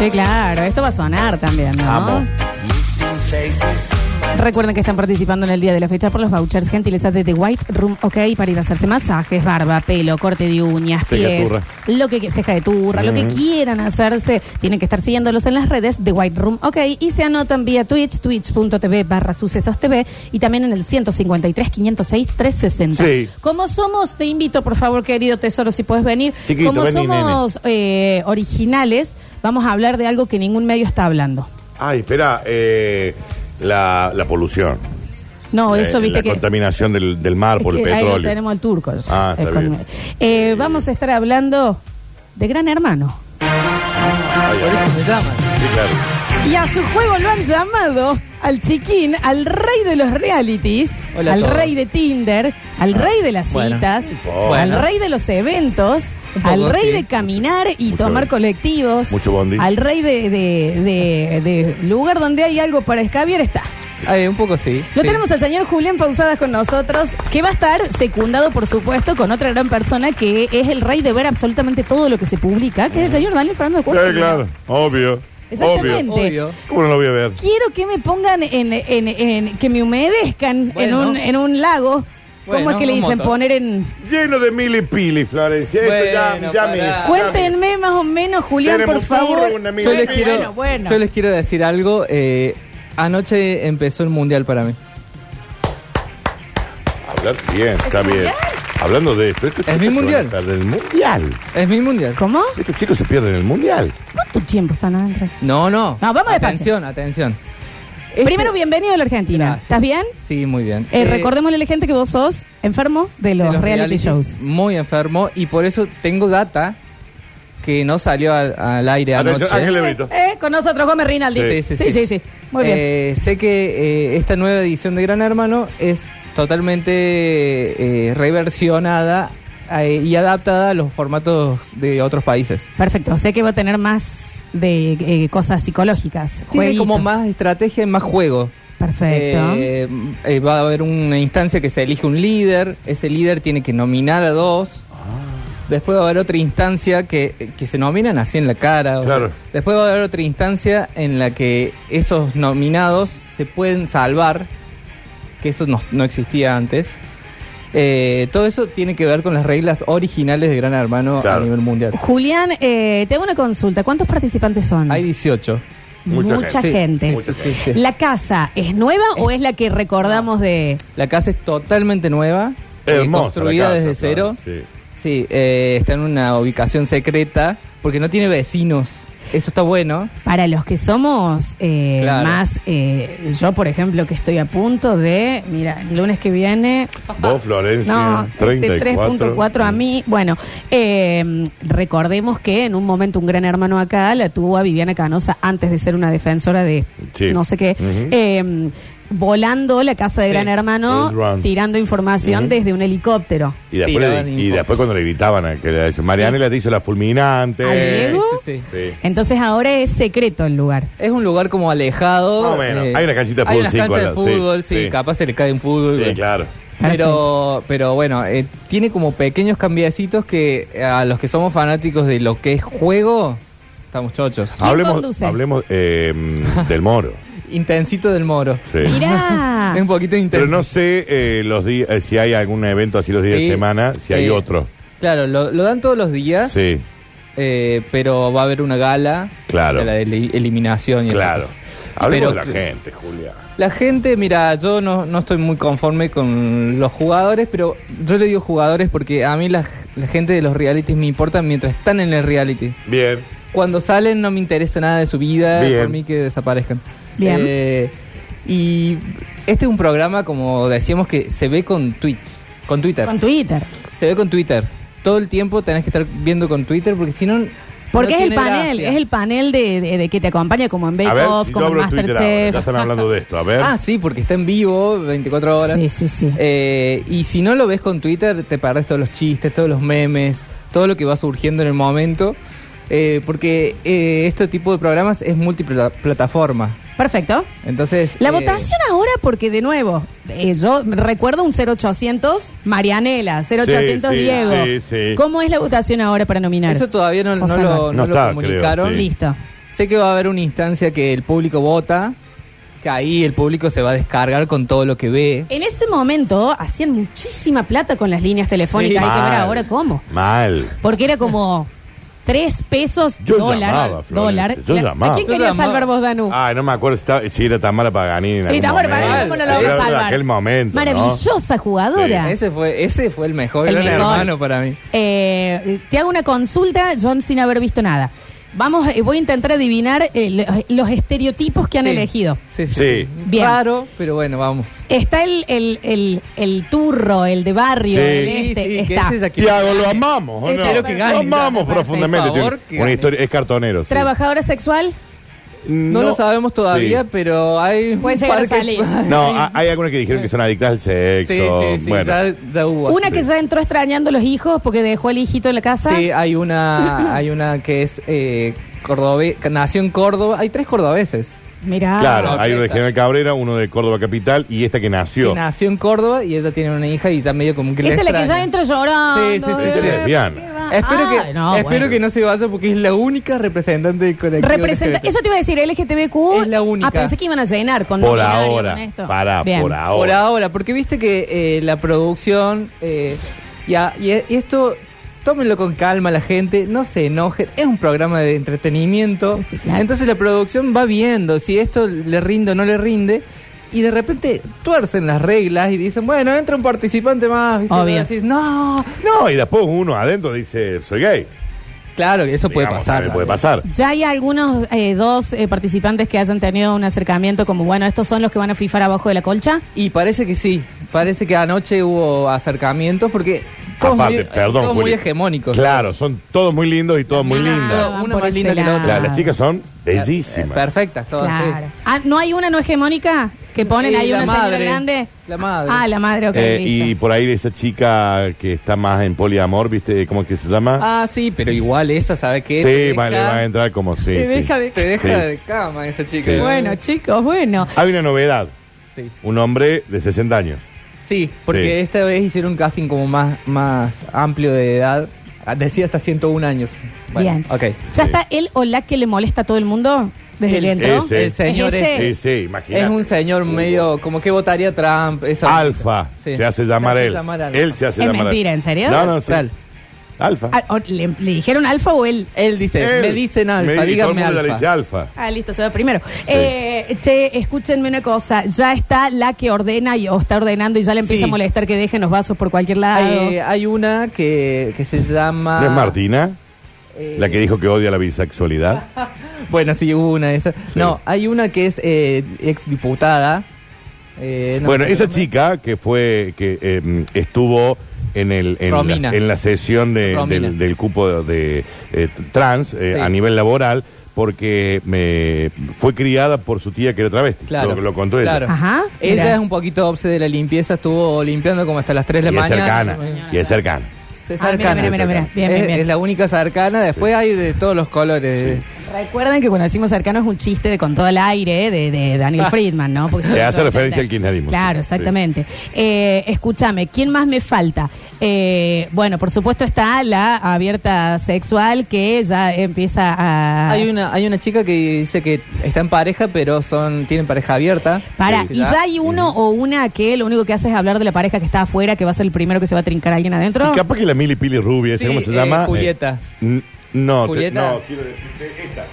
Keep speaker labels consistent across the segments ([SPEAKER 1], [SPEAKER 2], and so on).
[SPEAKER 1] Sí, claro, esto va a sonar también, ¿no?
[SPEAKER 2] Vamos.
[SPEAKER 1] Recuerden que están participando en el día de la fecha por los vouchers gentilezas de The White Room OK para ir a hacerse masajes, barba, pelo, corte de uñas,
[SPEAKER 2] Ceja de
[SPEAKER 1] pies,
[SPEAKER 2] turra.
[SPEAKER 1] lo que ceja de turra, lo que
[SPEAKER 2] Ujú.
[SPEAKER 1] quieran hacerse, tienen que estar siguiéndolos en las redes The White Room OK y se anotan vía Twitch, twitch.tv barra sucesos TV y también en el 153 506 360.
[SPEAKER 2] Sí.
[SPEAKER 1] Como somos, te invito por favor, querido tesoro, si puedes venir,
[SPEAKER 2] Chiquito,
[SPEAKER 1] como
[SPEAKER 2] vení,
[SPEAKER 1] somos eh, originales, vamos a hablar de algo que ningún medio está hablando.
[SPEAKER 2] Ay, Ah, espera, eh, la, la polución.
[SPEAKER 1] No,
[SPEAKER 2] La-
[SPEAKER 1] Oh, eso viste
[SPEAKER 2] Eh, La
[SPEAKER 1] que...
[SPEAKER 2] contaminación del, del mar
[SPEAKER 1] Es
[SPEAKER 2] por el
[SPEAKER 1] que ahí lo
[SPEAKER 2] petróleo.
[SPEAKER 1] tenemos al turco.
[SPEAKER 2] Ah, está
[SPEAKER 1] Eh, con-
[SPEAKER 2] bien.
[SPEAKER 1] Eh, vamos a estar hablando de Gran Hermano.
[SPEAKER 2] Ay,
[SPEAKER 3] Por eso me llaman.
[SPEAKER 2] Sí, claro.
[SPEAKER 1] Y a su juego lo han llamado al chiquín, al rey de los realities,
[SPEAKER 3] Hola a
[SPEAKER 1] al
[SPEAKER 3] todos.
[SPEAKER 1] rey de Tinder, al
[SPEAKER 2] Ah.
[SPEAKER 1] rey de las
[SPEAKER 3] Bueno.
[SPEAKER 1] citas,
[SPEAKER 2] Bueno.
[SPEAKER 1] al rey de los eventos,
[SPEAKER 3] Un poco,
[SPEAKER 1] al rey
[SPEAKER 3] sí.
[SPEAKER 1] de caminar y
[SPEAKER 2] Mucho
[SPEAKER 1] tomar
[SPEAKER 2] bondi.
[SPEAKER 1] colectivos,
[SPEAKER 2] Mucho bondi.
[SPEAKER 1] al rey de, de- de- de lugar donde hay algo para escabiar está.
[SPEAKER 3] Ay, un poco sí.
[SPEAKER 1] Lo
[SPEAKER 3] sí.
[SPEAKER 1] tenemos al señor Julián Pausadas con nosotros, que va a estar secundado, por supuesto, con otra gran persona que es el rey de ver absolutamente todo lo que se publica, que es el señor Daniel Fernando
[SPEAKER 2] Sí,
[SPEAKER 1] Cuesta.
[SPEAKER 2] claro, obvio.
[SPEAKER 1] Exactamente.
[SPEAKER 2] Obvio.
[SPEAKER 3] Obvio.
[SPEAKER 2] ¿Cómo no lo voy a ver?
[SPEAKER 1] Quiero que me pongan en, en- en- que me humedezcan
[SPEAKER 3] Bueno.
[SPEAKER 1] en, un, en un lago. ¿Cómo
[SPEAKER 3] Bueno,
[SPEAKER 1] es que le
[SPEAKER 3] un
[SPEAKER 1] dicen
[SPEAKER 3] montón.
[SPEAKER 1] poner en...?
[SPEAKER 2] Lleno de mil y pili, Florencia. Esto ya,
[SPEAKER 3] Bueno,
[SPEAKER 2] ya
[SPEAKER 3] pará.
[SPEAKER 2] me- ya me-
[SPEAKER 1] Cuéntenme más o menos, Julián,
[SPEAKER 2] Tenemos
[SPEAKER 1] por favor.
[SPEAKER 2] turro, una mil
[SPEAKER 3] Ah, Yo les,
[SPEAKER 2] y
[SPEAKER 3] quiero,
[SPEAKER 1] Bueno, bueno.
[SPEAKER 3] yo les quiero decir algo. eh, anoche empezó el mundial para mí.
[SPEAKER 2] Hablar bien, está bien.
[SPEAKER 1] mundial?
[SPEAKER 2] Hablando de esto, estos
[SPEAKER 3] Es mi
[SPEAKER 2] chicos se van a
[SPEAKER 3] mundial.
[SPEAKER 2] perder el mundial.
[SPEAKER 3] Es mi mundial.
[SPEAKER 1] ¿Cómo?
[SPEAKER 2] Estos chicos se pierden el mundial.
[SPEAKER 1] ¿Cuánto tiempo están adentro?
[SPEAKER 3] No, no.
[SPEAKER 1] No, vamos despacio.
[SPEAKER 3] Atención, atención.
[SPEAKER 1] Primero, bienvenido a la Argentina.
[SPEAKER 3] Este- Gracias.
[SPEAKER 1] ¿Estás bien?
[SPEAKER 3] Sí, muy bien.
[SPEAKER 1] Eh,
[SPEAKER 3] Eh,
[SPEAKER 1] recordémosle a la gente que vos sos enfermo de los,
[SPEAKER 3] de los
[SPEAKER 1] reality
[SPEAKER 3] realities,
[SPEAKER 1] shows.
[SPEAKER 3] Muy enfermo y por eso tengo data que no salió al, al aire anoche.
[SPEAKER 2] Atención, Ángel Lebrito.
[SPEAKER 1] Eh, con nosotros Gómez Rinaldi.
[SPEAKER 2] Sí.
[SPEAKER 1] Sí, sí, sí. Muy bien.
[SPEAKER 3] Eh, sé que eh, esta nueva edición de Gran Hermano es totalmente eh, reversionada eh, y adaptada a los formatos de otros países.
[SPEAKER 1] Perfecto. Sé que va a tener más de eh, cosas psicológicas.
[SPEAKER 3] Tiene
[SPEAKER 1] jueguitos.
[SPEAKER 3] como más estrategia y más juego.
[SPEAKER 1] Perfecto.
[SPEAKER 3] Eh, eh, va a haber una instancia que se elige un líder, ese líder tiene que nominar a dos.
[SPEAKER 2] Ah.
[SPEAKER 3] Después va a haber otra instancia que, que se nominan así en la cara. o sea,
[SPEAKER 2] Claro.
[SPEAKER 3] después va a haber otra instancia en la que esos nominados se pueden salvar, que eso no, no existía antes. Eh, todo eso tiene que ver con las reglas originales de Gran Hermano a
[SPEAKER 2] Claro.
[SPEAKER 3] nivel mundial.
[SPEAKER 1] Julián, eh, te hago una consulta. ¿Cuántos participantes son?
[SPEAKER 3] Hay 18.
[SPEAKER 2] Mucha
[SPEAKER 3] Sí,
[SPEAKER 1] gente.
[SPEAKER 3] sí,
[SPEAKER 2] Mucha
[SPEAKER 3] sí, sí, sí.
[SPEAKER 1] ¿La casa es nueva o es la que recordamos de...?
[SPEAKER 3] La casa es totalmente nueva, eh,
[SPEAKER 2] Hermosa.
[SPEAKER 3] construida
[SPEAKER 2] la casa,
[SPEAKER 3] desde cero.
[SPEAKER 2] Flor, sí.
[SPEAKER 3] Sí, eh, está en una ubicación secreta porque no tiene vecinos. Eso está bueno.
[SPEAKER 1] Para los que somos eh,
[SPEAKER 3] Claro.
[SPEAKER 1] más... eh, yo, por ejemplo, que estoy a punto de... Mira, el lunes que viene
[SPEAKER 2] Vos, Florencia,
[SPEAKER 1] No, este
[SPEAKER 2] 34.
[SPEAKER 1] 3.4 a mí. Bueno, eh, recordemos que en un momento un gran hermano acá la tuvo a Viviana Canosa antes de ser una defensora de
[SPEAKER 2] Sí.
[SPEAKER 1] no sé qué.
[SPEAKER 2] Ujú.
[SPEAKER 1] eh, volando la casa de
[SPEAKER 3] Sí.
[SPEAKER 1] Gran Hermano,
[SPEAKER 2] Those runs.
[SPEAKER 1] tirando información
[SPEAKER 2] Ujú.
[SPEAKER 1] desde un helicóptero.
[SPEAKER 2] Y después,
[SPEAKER 3] Tiraban
[SPEAKER 2] le- y
[SPEAKER 3] info.
[SPEAKER 2] después cuando le gritaban a que le- Marianela te hizo la fulminante.
[SPEAKER 1] ¿A Diego?
[SPEAKER 3] Eh, Sí, sí, sí.
[SPEAKER 2] Sí.
[SPEAKER 1] Entonces ahora es secreto el lugar.
[SPEAKER 3] Es un lugar como alejado. eh,
[SPEAKER 2] Más o menos. Hay una canchita de
[SPEAKER 3] hay
[SPEAKER 2] fútbol
[SPEAKER 3] unas
[SPEAKER 2] cinco
[SPEAKER 3] canchas
[SPEAKER 2] al
[SPEAKER 3] de
[SPEAKER 2] lado, sí,
[SPEAKER 3] fútbol, sí,
[SPEAKER 2] sí.
[SPEAKER 3] capaz se le cae un fútbol.
[SPEAKER 2] Sí,
[SPEAKER 3] bueno.
[SPEAKER 2] claro.
[SPEAKER 3] Pero, pero bueno, eh, tiene como pequeños cambiecitos que eh, a los que somos fanáticos de lo que es juego, estamos chochos.
[SPEAKER 1] ¿Quién
[SPEAKER 2] Hablemos,
[SPEAKER 1] conduce?
[SPEAKER 2] hablemos eh, mm, del moro.
[SPEAKER 3] Intensito del moro.
[SPEAKER 2] Sí.
[SPEAKER 1] Mirá.
[SPEAKER 3] Es un poquito intenso.
[SPEAKER 2] Pero no sé eh, los días, eh, si hay algún evento así los días
[SPEAKER 3] Sí,
[SPEAKER 2] de semana, si hay
[SPEAKER 3] eh,
[SPEAKER 2] otro.
[SPEAKER 3] Claro, lo, lo dan todos los días.
[SPEAKER 2] Sí,
[SPEAKER 3] eh, pero va a haber una gala.
[SPEAKER 2] Claro.
[SPEAKER 3] de La eli- eliminación y esas
[SPEAKER 2] claro.
[SPEAKER 3] cosas.
[SPEAKER 2] Hablemos
[SPEAKER 3] Pero-
[SPEAKER 2] de la gente, Julia.
[SPEAKER 3] La gente, mira, yo no, no estoy muy conforme con los jugadores, pero yo le digo jugadores porque a mí la, la gente de los realities me importa mientras están en el reality.
[SPEAKER 2] Bien.
[SPEAKER 3] Cuando salen no me interesa nada de su vida,
[SPEAKER 2] Bien.
[SPEAKER 3] por mí que desaparezcan.
[SPEAKER 1] Bien.
[SPEAKER 3] Eh, y este es un programa, como decíamos, que se ve con Twitch, con Twitter.
[SPEAKER 1] Con Twitter.
[SPEAKER 3] Se ve con Twitter. Todo el tiempo tenés que estar viendo con Twitter porque si no...
[SPEAKER 1] Porque
[SPEAKER 3] no
[SPEAKER 1] es el
[SPEAKER 3] tiene
[SPEAKER 1] panel,
[SPEAKER 3] gracia.
[SPEAKER 1] es el panel de, de- de que te acompaña como en
[SPEAKER 2] a
[SPEAKER 1] Bake
[SPEAKER 2] ver,
[SPEAKER 1] Off,
[SPEAKER 2] si yo
[SPEAKER 1] como en
[SPEAKER 2] hablo en Twitter ahora,
[SPEAKER 1] Masterchef.
[SPEAKER 2] ya están hablando de esto, a ver.
[SPEAKER 3] Ah, sí, porque está en vivo 24 horas.
[SPEAKER 1] Sí, sí, sí.
[SPEAKER 3] Eh, y si no lo ves con Twitter, te perdés todos los chistes, todos los memes, todo lo que va surgiendo en el momento. Eh, porque eh, este tipo de programas es multiplataforma.
[SPEAKER 1] Perfecto.
[SPEAKER 3] Entonces.
[SPEAKER 1] La
[SPEAKER 3] eh,
[SPEAKER 1] votación ahora, porque de nuevo, eh, yo recuerdo un 0800 Marianela, 0800
[SPEAKER 2] Sí, sí,
[SPEAKER 1] Diego.
[SPEAKER 2] sí, sí.
[SPEAKER 1] ¿Cómo es la votación ahora para nominar?
[SPEAKER 3] Eso todavía no, no
[SPEAKER 1] Osalva.
[SPEAKER 3] lo, no
[SPEAKER 2] No
[SPEAKER 3] lo
[SPEAKER 2] está,
[SPEAKER 3] comunicaron.
[SPEAKER 2] creo, sí.
[SPEAKER 1] Listo.
[SPEAKER 3] Sé que va a haber una instancia que el público vota, que ahí el público se va a descargar con todo lo que ve.
[SPEAKER 1] En ese momento hacían muchísima plata con las líneas telefónicas.
[SPEAKER 3] Sí.
[SPEAKER 1] Hay que ver
[SPEAKER 2] Mal.
[SPEAKER 1] ahora cómo.
[SPEAKER 2] Mal.
[SPEAKER 1] Porque era como 3 pesos
[SPEAKER 2] Yo
[SPEAKER 1] dólar.
[SPEAKER 2] llamaba, Florencia,
[SPEAKER 1] dólar.
[SPEAKER 2] yo
[SPEAKER 1] La-
[SPEAKER 2] llamaba.
[SPEAKER 1] ¿A quién
[SPEAKER 3] Yo
[SPEAKER 1] querías
[SPEAKER 3] llamaba.
[SPEAKER 1] salvar vos, Danú?
[SPEAKER 2] Ay, no me acuerdo si, estaba- si era Tamara Paganini. en
[SPEAKER 1] Y
[SPEAKER 2] algún
[SPEAKER 1] Tamara Paganini,
[SPEAKER 2] momento.
[SPEAKER 1] ¿cómo no la vas a
[SPEAKER 2] Era de
[SPEAKER 1] salvar?
[SPEAKER 2] aquel momento. ¿no?
[SPEAKER 1] Maravillosa jugadora.
[SPEAKER 3] Ese fue, ese fue el mejor
[SPEAKER 1] El
[SPEAKER 3] gran
[SPEAKER 1] mejor.
[SPEAKER 3] hermano para mí.
[SPEAKER 1] Eh, te hago una consulta, John, sin haber visto nada. Vamos, eh, voy a intentar adivinar eh, lo- los estereotipos que han
[SPEAKER 3] Sí.
[SPEAKER 1] elegido.
[SPEAKER 3] Sí, sí.
[SPEAKER 2] Sí.
[SPEAKER 3] sí.
[SPEAKER 1] Bien.
[SPEAKER 3] Raro, pero bueno, vamos.
[SPEAKER 1] Está el, el, el, el turro, el de barrio,
[SPEAKER 2] Sí.
[SPEAKER 1] el este.
[SPEAKER 3] Sí, sí, que
[SPEAKER 1] está.
[SPEAKER 3] ese es aquí.
[SPEAKER 2] Tiago, lo amamos, ¿o
[SPEAKER 1] Eh,
[SPEAKER 2] no?
[SPEAKER 1] quiero que gane.
[SPEAKER 2] lo amamos
[SPEAKER 1] Perfecto,
[SPEAKER 2] profundamente.
[SPEAKER 3] por favor, que
[SPEAKER 2] Tiene una
[SPEAKER 3] gane.
[SPEAKER 2] historia, es cartonero. sí.
[SPEAKER 1] ¿Trabajadora sexual?
[SPEAKER 3] No, lo sabemos todavía,
[SPEAKER 2] Sí.
[SPEAKER 3] pero hay.
[SPEAKER 1] Puede
[SPEAKER 3] un
[SPEAKER 1] llegar
[SPEAKER 3] par
[SPEAKER 1] a salir.
[SPEAKER 2] No, ha- hay algunas que dijeron que son adictas al
[SPEAKER 3] Sí,
[SPEAKER 2] sexo.
[SPEAKER 3] sí, sí,
[SPEAKER 2] bueno.
[SPEAKER 3] ya, ya hubo.
[SPEAKER 1] Una
[SPEAKER 3] así.
[SPEAKER 1] que ya entró extrañando los hijos porque dejó el hijito en la casa.
[SPEAKER 3] Sí, hay una, hay una que es eh, cordobés, que nació en Córdoba. Hay tres cordobeses.
[SPEAKER 1] Mirá.
[SPEAKER 2] Claro,
[SPEAKER 3] Ah,
[SPEAKER 2] hay uno de
[SPEAKER 3] sorpresa.
[SPEAKER 2] General Cabrera, uno de Córdoba Capital y esta que nació.
[SPEAKER 3] Que nació en Córdoba y ella tiene una hija y ya medio como que le
[SPEAKER 1] Esa es la que
[SPEAKER 3] extraña.
[SPEAKER 1] ya entra llorando.
[SPEAKER 3] Sí, sí, sí,
[SPEAKER 1] eh,
[SPEAKER 3] sí, sí,
[SPEAKER 1] ¿qué
[SPEAKER 2] bien.
[SPEAKER 1] va?
[SPEAKER 3] Espero,
[SPEAKER 1] Ay,
[SPEAKER 3] que,
[SPEAKER 1] no,
[SPEAKER 3] espero
[SPEAKER 1] bueno.
[SPEAKER 3] que no se vaya porque es la única representante del colectivo.
[SPEAKER 1] Representa,
[SPEAKER 3] LGBT.
[SPEAKER 1] eso te iba a decir, LGTBQ.
[SPEAKER 3] Es la única.
[SPEAKER 1] Ah, pensé que iban a llenar con
[SPEAKER 2] Por
[SPEAKER 1] nominario,
[SPEAKER 2] ahora.
[SPEAKER 1] con esto.
[SPEAKER 2] Para,
[SPEAKER 1] Bien.
[SPEAKER 2] por ahora.
[SPEAKER 3] Por ahora, porque viste que eh, la producción eh, y, a- y e- y esto, tómenlo con calma la gente, no se enojen, es un programa de entretenimiento,
[SPEAKER 1] Sí, sí, claro.
[SPEAKER 3] entonces la producción va viendo si esto le rinde o no le rinde. Y de repente tuercen las reglas y dicen, bueno, entra un participante más. ¿viste?
[SPEAKER 1] Obvio.
[SPEAKER 3] Y decís, no.
[SPEAKER 2] No, y después uno adentro dice, soy gay.
[SPEAKER 3] Claro, que eso puede
[SPEAKER 2] Digamos,
[SPEAKER 3] pasar. eh.
[SPEAKER 2] también Puede
[SPEAKER 3] también.
[SPEAKER 2] pasar.
[SPEAKER 1] Ya hay algunos eh, dos eh, participantes que hayan tenido un acercamiento como, bueno, estos son los que van a fifar abajo de la colcha.
[SPEAKER 3] Y parece que sí. Parece que anoche hubo acercamientos porque todos
[SPEAKER 2] Aparte,
[SPEAKER 3] muy,
[SPEAKER 2] perdón,
[SPEAKER 3] todos muy
[SPEAKER 2] Juli.
[SPEAKER 3] hegemónicos.
[SPEAKER 2] Claro, son todos muy lindos y todos Oh, muy
[SPEAKER 1] Ah,
[SPEAKER 2] lindas.
[SPEAKER 1] van
[SPEAKER 3] Una
[SPEAKER 1] por
[SPEAKER 3] más
[SPEAKER 1] ese
[SPEAKER 3] linda que la
[SPEAKER 1] lado.
[SPEAKER 3] otra.
[SPEAKER 2] Claro, las chicas son
[SPEAKER 3] Eh,
[SPEAKER 2] bellísimas.
[SPEAKER 3] Perfectas todas.
[SPEAKER 1] Claro.
[SPEAKER 3] sí.
[SPEAKER 1] Ah, ¿no hay una no hegemónica? Que ponen
[SPEAKER 3] Eh,
[SPEAKER 1] ahí
[SPEAKER 3] la
[SPEAKER 1] una señora
[SPEAKER 3] madre.
[SPEAKER 1] grande.
[SPEAKER 3] La madre.
[SPEAKER 1] Ah, la madre, ok.
[SPEAKER 2] Eh, y
[SPEAKER 1] listo.
[SPEAKER 2] por ahí de esa chica que está más en poliamor, ¿viste? ¿Cómo es que se llama?
[SPEAKER 3] Ah, sí, pero igual esa, ¿sabes qué? Te
[SPEAKER 2] sí,
[SPEAKER 3] deja-
[SPEAKER 2] vale, va a entrar como sí.
[SPEAKER 1] Te
[SPEAKER 2] sí.
[SPEAKER 1] deja de-
[SPEAKER 3] Te
[SPEAKER 2] Sí.
[SPEAKER 3] deja de cama esa chica.
[SPEAKER 2] Sí.
[SPEAKER 1] Bueno, chicos, bueno.
[SPEAKER 2] Hay una novedad.
[SPEAKER 3] Sí.
[SPEAKER 2] Un hombre de 60 años.
[SPEAKER 3] Sí, porque
[SPEAKER 2] Sí.
[SPEAKER 3] esta vez hicieron un casting como más, más amplio de edad. Ah, Decía hasta 101 años. Bueno,
[SPEAKER 1] Bien.
[SPEAKER 3] Ok.
[SPEAKER 1] ¿Ya
[SPEAKER 2] Sí.
[SPEAKER 1] está él o la que le molesta a todo el mundo desde
[SPEAKER 3] El-
[SPEAKER 1] que entró?
[SPEAKER 2] ese.
[SPEAKER 3] El señor
[SPEAKER 1] ¿Es ese?
[SPEAKER 2] Sí, sí, imagínate.
[SPEAKER 3] Es un señor medio, como que votaría Trump. Esa
[SPEAKER 2] Alfa.
[SPEAKER 3] Sí.
[SPEAKER 2] Se hace llamar
[SPEAKER 3] Se hace
[SPEAKER 2] él.
[SPEAKER 3] llamar alfa.
[SPEAKER 2] él se hace
[SPEAKER 1] Es
[SPEAKER 2] llamar
[SPEAKER 1] mentira, ¿en serio?
[SPEAKER 2] No, no, sí.
[SPEAKER 3] Real.
[SPEAKER 2] Alfa.
[SPEAKER 1] Ah, o- ¿Le, le dijeron alfa o él?
[SPEAKER 3] Él dice,
[SPEAKER 2] Él.
[SPEAKER 3] me dicen
[SPEAKER 2] Me- y
[SPEAKER 3] alfa,
[SPEAKER 2] todo el
[SPEAKER 3] díganme
[SPEAKER 2] mundo le dice
[SPEAKER 3] alfa.
[SPEAKER 2] alfa.
[SPEAKER 1] Ah, listo, se va primero. Eh, che, escúchenme una cosa. Ya está la que ordena y, o está ordenando y ya le empieza a
[SPEAKER 3] Sí.
[SPEAKER 1] molestar que dejen los vasos por cualquier lado. Ah,
[SPEAKER 2] eh,
[SPEAKER 3] Hay, hay una que, que se llama...
[SPEAKER 2] ¿No es Martina?
[SPEAKER 3] eh,
[SPEAKER 2] La que dijo que odia la
[SPEAKER 3] Ah.
[SPEAKER 2] bisexualidad.
[SPEAKER 3] Bueno, sí, hubo una de esas. No, hay una que es eh, exdiputada. eh, no
[SPEAKER 2] bueno,
[SPEAKER 3] sé
[SPEAKER 2] esa
[SPEAKER 3] el nombre.
[SPEAKER 2] chica que fue, que eh, estuvo en el en,
[SPEAKER 3] Romina.
[SPEAKER 2] la, en la sesión de-
[SPEAKER 3] Romina.
[SPEAKER 2] del, del cupo de, eh, trans eh,
[SPEAKER 3] Sí.
[SPEAKER 2] a nivel laboral, porque me fue criada por su tía que era travesti.
[SPEAKER 3] Claro.
[SPEAKER 2] Lo, lo contó ella.
[SPEAKER 3] claro.
[SPEAKER 1] Ajá,
[SPEAKER 3] Ella
[SPEAKER 1] mira.
[SPEAKER 3] es un poquito obse de la limpieza, estuvo limpiando como hasta las 3 de
[SPEAKER 2] Y
[SPEAKER 3] la
[SPEAKER 2] es
[SPEAKER 3] mañana. Eh,
[SPEAKER 2] cercana. Y es cercana.
[SPEAKER 3] Es
[SPEAKER 1] Ah, mira,
[SPEAKER 3] cercana.
[SPEAKER 1] mira, mira, mira. Bien,
[SPEAKER 3] es,
[SPEAKER 1] bien, bien.
[SPEAKER 3] es la única cercana. Después
[SPEAKER 2] Sí.
[SPEAKER 3] hay de todos los colores.
[SPEAKER 1] Recuerden que cuando decimos cercano es un chiste de con todo el aire eh, de, de Daniel Friedman, ¿no? Porque
[SPEAKER 2] Que Ah. hace referencia al kirchnerismo.
[SPEAKER 1] Claro,
[SPEAKER 2] Sí.
[SPEAKER 1] exactamente. Eh, escúchame, ¿quién más me falta? Eh, bueno, por supuesto está la abierta sexual que ya empieza a...
[SPEAKER 3] Hay una hay una chica que dice que está en pareja, pero son tienen pareja abierta.
[SPEAKER 1] Para,
[SPEAKER 3] Sí.
[SPEAKER 1] ¿y ya hay uno o una que lo único que hace es hablar de la pareja que está afuera, que va a ser el primero que se va a trincar a alguien adentro?
[SPEAKER 2] Y capaz que la Mili Pili Rubia, ¿esa
[SPEAKER 3] Sí,
[SPEAKER 2] ¿cómo se
[SPEAKER 3] eh,
[SPEAKER 2] llama?
[SPEAKER 3] Julieta.
[SPEAKER 2] Eh, n- no, te-
[SPEAKER 3] Julieta.
[SPEAKER 2] no, quiero decirte esta.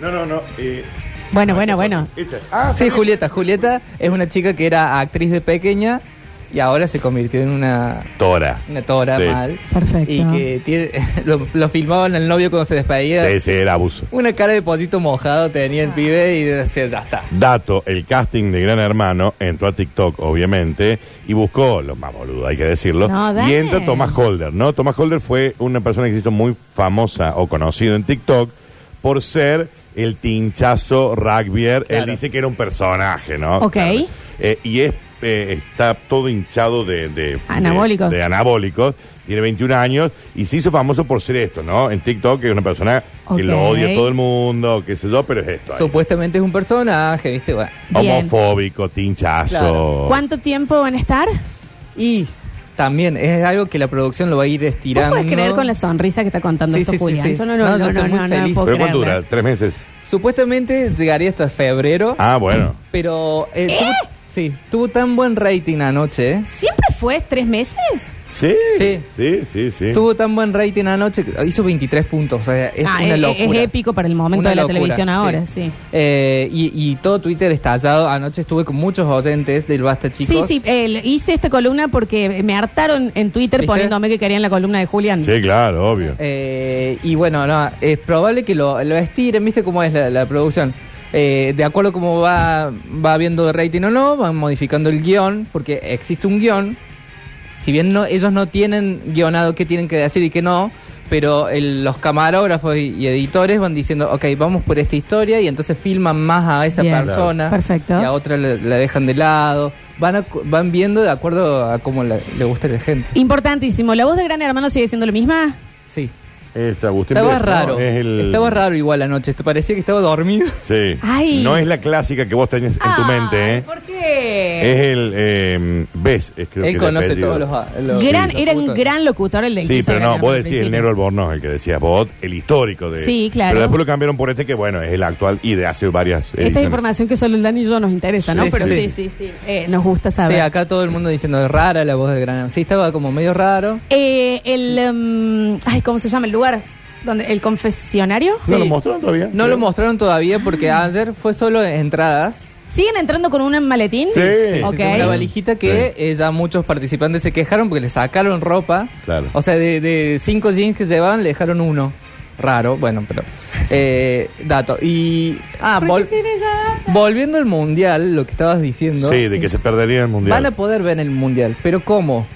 [SPEAKER 2] No, no, no. eh,
[SPEAKER 1] Bueno,
[SPEAKER 2] ah,
[SPEAKER 1] bueno,
[SPEAKER 2] esta,
[SPEAKER 1] bueno.
[SPEAKER 2] esta. Ah,
[SPEAKER 3] Sí, Julieta. Julieta es una chica que era actriz de pequeña y ahora se convirtió en una
[SPEAKER 2] Tora.
[SPEAKER 3] Una tora
[SPEAKER 2] Sí.
[SPEAKER 3] mal.
[SPEAKER 1] Perfecto.
[SPEAKER 3] Y que tiene- lo, lo filmaban al novio cuando se despedía.
[SPEAKER 2] Sí, sí, era abuso.
[SPEAKER 3] Una cara de pollito mojado tenía el pibe y decía, ya está.
[SPEAKER 2] Dato, el casting de Gran Hermano entró a TikTok, obviamente, y buscó, lo más boludo, hay que decirlo,
[SPEAKER 1] No, dale.
[SPEAKER 2] y entra Tomás Holder, ¿no? Tomás Holder fue una persona que se hizo muy famosa o conocido en TikTok por ser el tinchazo rugbyer.
[SPEAKER 3] Claro.
[SPEAKER 2] Él dice que era un personaje, ¿no?
[SPEAKER 1] Ok.
[SPEAKER 2] Eh, y es, eh, está todo hinchado de, de-
[SPEAKER 1] Anabólicos.
[SPEAKER 2] de- de anabólicos tiene 21 años y se hizo famoso por ser esto, ¿no? En TikTok, que es una persona
[SPEAKER 1] Ok.
[SPEAKER 2] que lo odia a todo el mundo, qué sé yo, pero es esto. ahí.
[SPEAKER 3] Supuestamente es un personaje, ¿viste? Bueno.
[SPEAKER 1] Bien.
[SPEAKER 2] Homofóbico, tinchazo.
[SPEAKER 3] Claro.
[SPEAKER 1] ¿Cuánto tiempo van a estar?
[SPEAKER 3] Y también es algo que la producción lo va a ir
[SPEAKER 1] ¿Vos
[SPEAKER 3] estirando.
[SPEAKER 1] podés creer con la sonrisa que está contando
[SPEAKER 3] Sí,
[SPEAKER 1] esto
[SPEAKER 3] sí, sí,
[SPEAKER 1] Julián?
[SPEAKER 3] sí.
[SPEAKER 1] Yo no,
[SPEAKER 3] No,
[SPEAKER 1] no, no,
[SPEAKER 3] yo
[SPEAKER 1] no,
[SPEAKER 3] estoy muy
[SPEAKER 1] no, no
[SPEAKER 3] feliz.
[SPEAKER 1] puedo
[SPEAKER 2] ¿Pero cuánto
[SPEAKER 1] creerme.
[SPEAKER 2] dura? ¿Tres meses?
[SPEAKER 3] Supuestamente llegaría hasta febrero,
[SPEAKER 2] Ah, bueno.
[SPEAKER 3] pero... eh, tuvo, sí, tuvo tan buen rating anoche, ¿eh?
[SPEAKER 1] ¿Siempre fue tres meses?
[SPEAKER 2] Sí.
[SPEAKER 3] Sí.
[SPEAKER 2] Sí, sí, sí.
[SPEAKER 3] Tuvo tan buen rating anoche, que hizo 23 puntos, o sea, es
[SPEAKER 1] Ah,
[SPEAKER 3] una
[SPEAKER 1] es-
[SPEAKER 3] locura.
[SPEAKER 1] es épico para el momento de la televisión ahora, sí.
[SPEAKER 3] Eh, y, y todo Twitter estallado. Anoche estuve con muchos oyentes del Basta Chicos.
[SPEAKER 1] Sí, sí, eh, le- hice esta columna porque me hartaron en Twitter
[SPEAKER 3] ¿Viste?
[SPEAKER 1] poniéndome que querían la columna de Julián.
[SPEAKER 2] Sí, claro, obvio.
[SPEAKER 3] Eh, y bueno, no, es probable que lo, lo estiren, ¿viste cómo es la, la producción? Eh, de acuerdo a cómo va, va viendo de rating o no, van modificando el guión, porque existe un guión. Si bien no, ellos no tienen guionado qué tienen que decir y qué no, pero el- los camarógrafos y, y editores van diciendo, ok, vamos por esta historia y entonces filman más a esa
[SPEAKER 1] Bien.
[SPEAKER 3] persona
[SPEAKER 1] Claro. Perfecto.
[SPEAKER 3] y a otra la, la dejan de lado. Van, a- van viendo de acuerdo a cómo la- le gusta a la gente.
[SPEAKER 1] Importantísimo. ¿La voz de Gran Hermano sigue siendo la misma?
[SPEAKER 3] Sí.
[SPEAKER 2] Es Agustín
[SPEAKER 3] Estaba
[SPEAKER 2] Pérez, ¿no?
[SPEAKER 3] raro.
[SPEAKER 2] Es el-
[SPEAKER 3] Estaba raro igual la noche. Te parecía que estaba dormido.
[SPEAKER 2] Sí.
[SPEAKER 1] Ay.
[SPEAKER 2] No es la clásica que vos tenés en tu
[SPEAKER 1] Ay,
[SPEAKER 2] mente, ¿eh?
[SPEAKER 1] ¿Por qué?
[SPEAKER 2] Es el. Eh, ¿Ves? Es, creo que
[SPEAKER 3] Él
[SPEAKER 2] es
[SPEAKER 3] conoce
[SPEAKER 2] apellido.
[SPEAKER 3] todos los. los-
[SPEAKER 1] gran,
[SPEAKER 3] los
[SPEAKER 1] era un
[SPEAKER 3] putos.
[SPEAKER 1] gran locutor el de
[SPEAKER 2] Sí, pero no, vos decís
[SPEAKER 1] decir
[SPEAKER 2] el negro albornoz, el que decías vos, el histórico de.
[SPEAKER 1] Sí, claro.
[SPEAKER 2] Pero después lo cambiaron por este que, bueno, es el actual y de hace varias.
[SPEAKER 1] Esta
[SPEAKER 2] ediciones.
[SPEAKER 1] es información que solo el Dani y yo nos interesa, ¿no?
[SPEAKER 3] Sí,
[SPEAKER 1] pero sí, sí,
[SPEAKER 3] sí.
[SPEAKER 1] sí. Eh, nos gusta
[SPEAKER 3] Sí,
[SPEAKER 1] saber.
[SPEAKER 3] acá todo el mundo diciendo es rara la voz de Gran. Sí, estaba como medio raro.
[SPEAKER 1] Eh, el. um, ay, ¿cómo se llama el lugar? donde ¿El confesionario?
[SPEAKER 2] ¿No
[SPEAKER 3] Sí.
[SPEAKER 2] lo mostraron todavía?
[SPEAKER 3] No lo mostraron todavía porque
[SPEAKER 1] Mm.
[SPEAKER 3] ayer fue solo entradas.
[SPEAKER 1] ¿Siguen entrando con un maletín?
[SPEAKER 2] Sí, sí, sí,
[SPEAKER 1] Ok.
[SPEAKER 2] sí,
[SPEAKER 3] Una valijita que eh, ya muchos participantes se quejaron porque le sacaron ropa.
[SPEAKER 2] Claro.
[SPEAKER 3] O sea, de, de cinco jeans que llevaban, le dejaron uno. Raro, bueno, pero. eh, dato. Y. Ah,
[SPEAKER 1] ¿Por
[SPEAKER 3] vol-
[SPEAKER 1] qué hicieron esa?
[SPEAKER 3] volviendo al mundial, lo que estabas diciendo.
[SPEAKER 2] Sí, de que se perdería el mundial.
[SPEAKER 3] Van a poder ver el mundial, pero ¿cómo?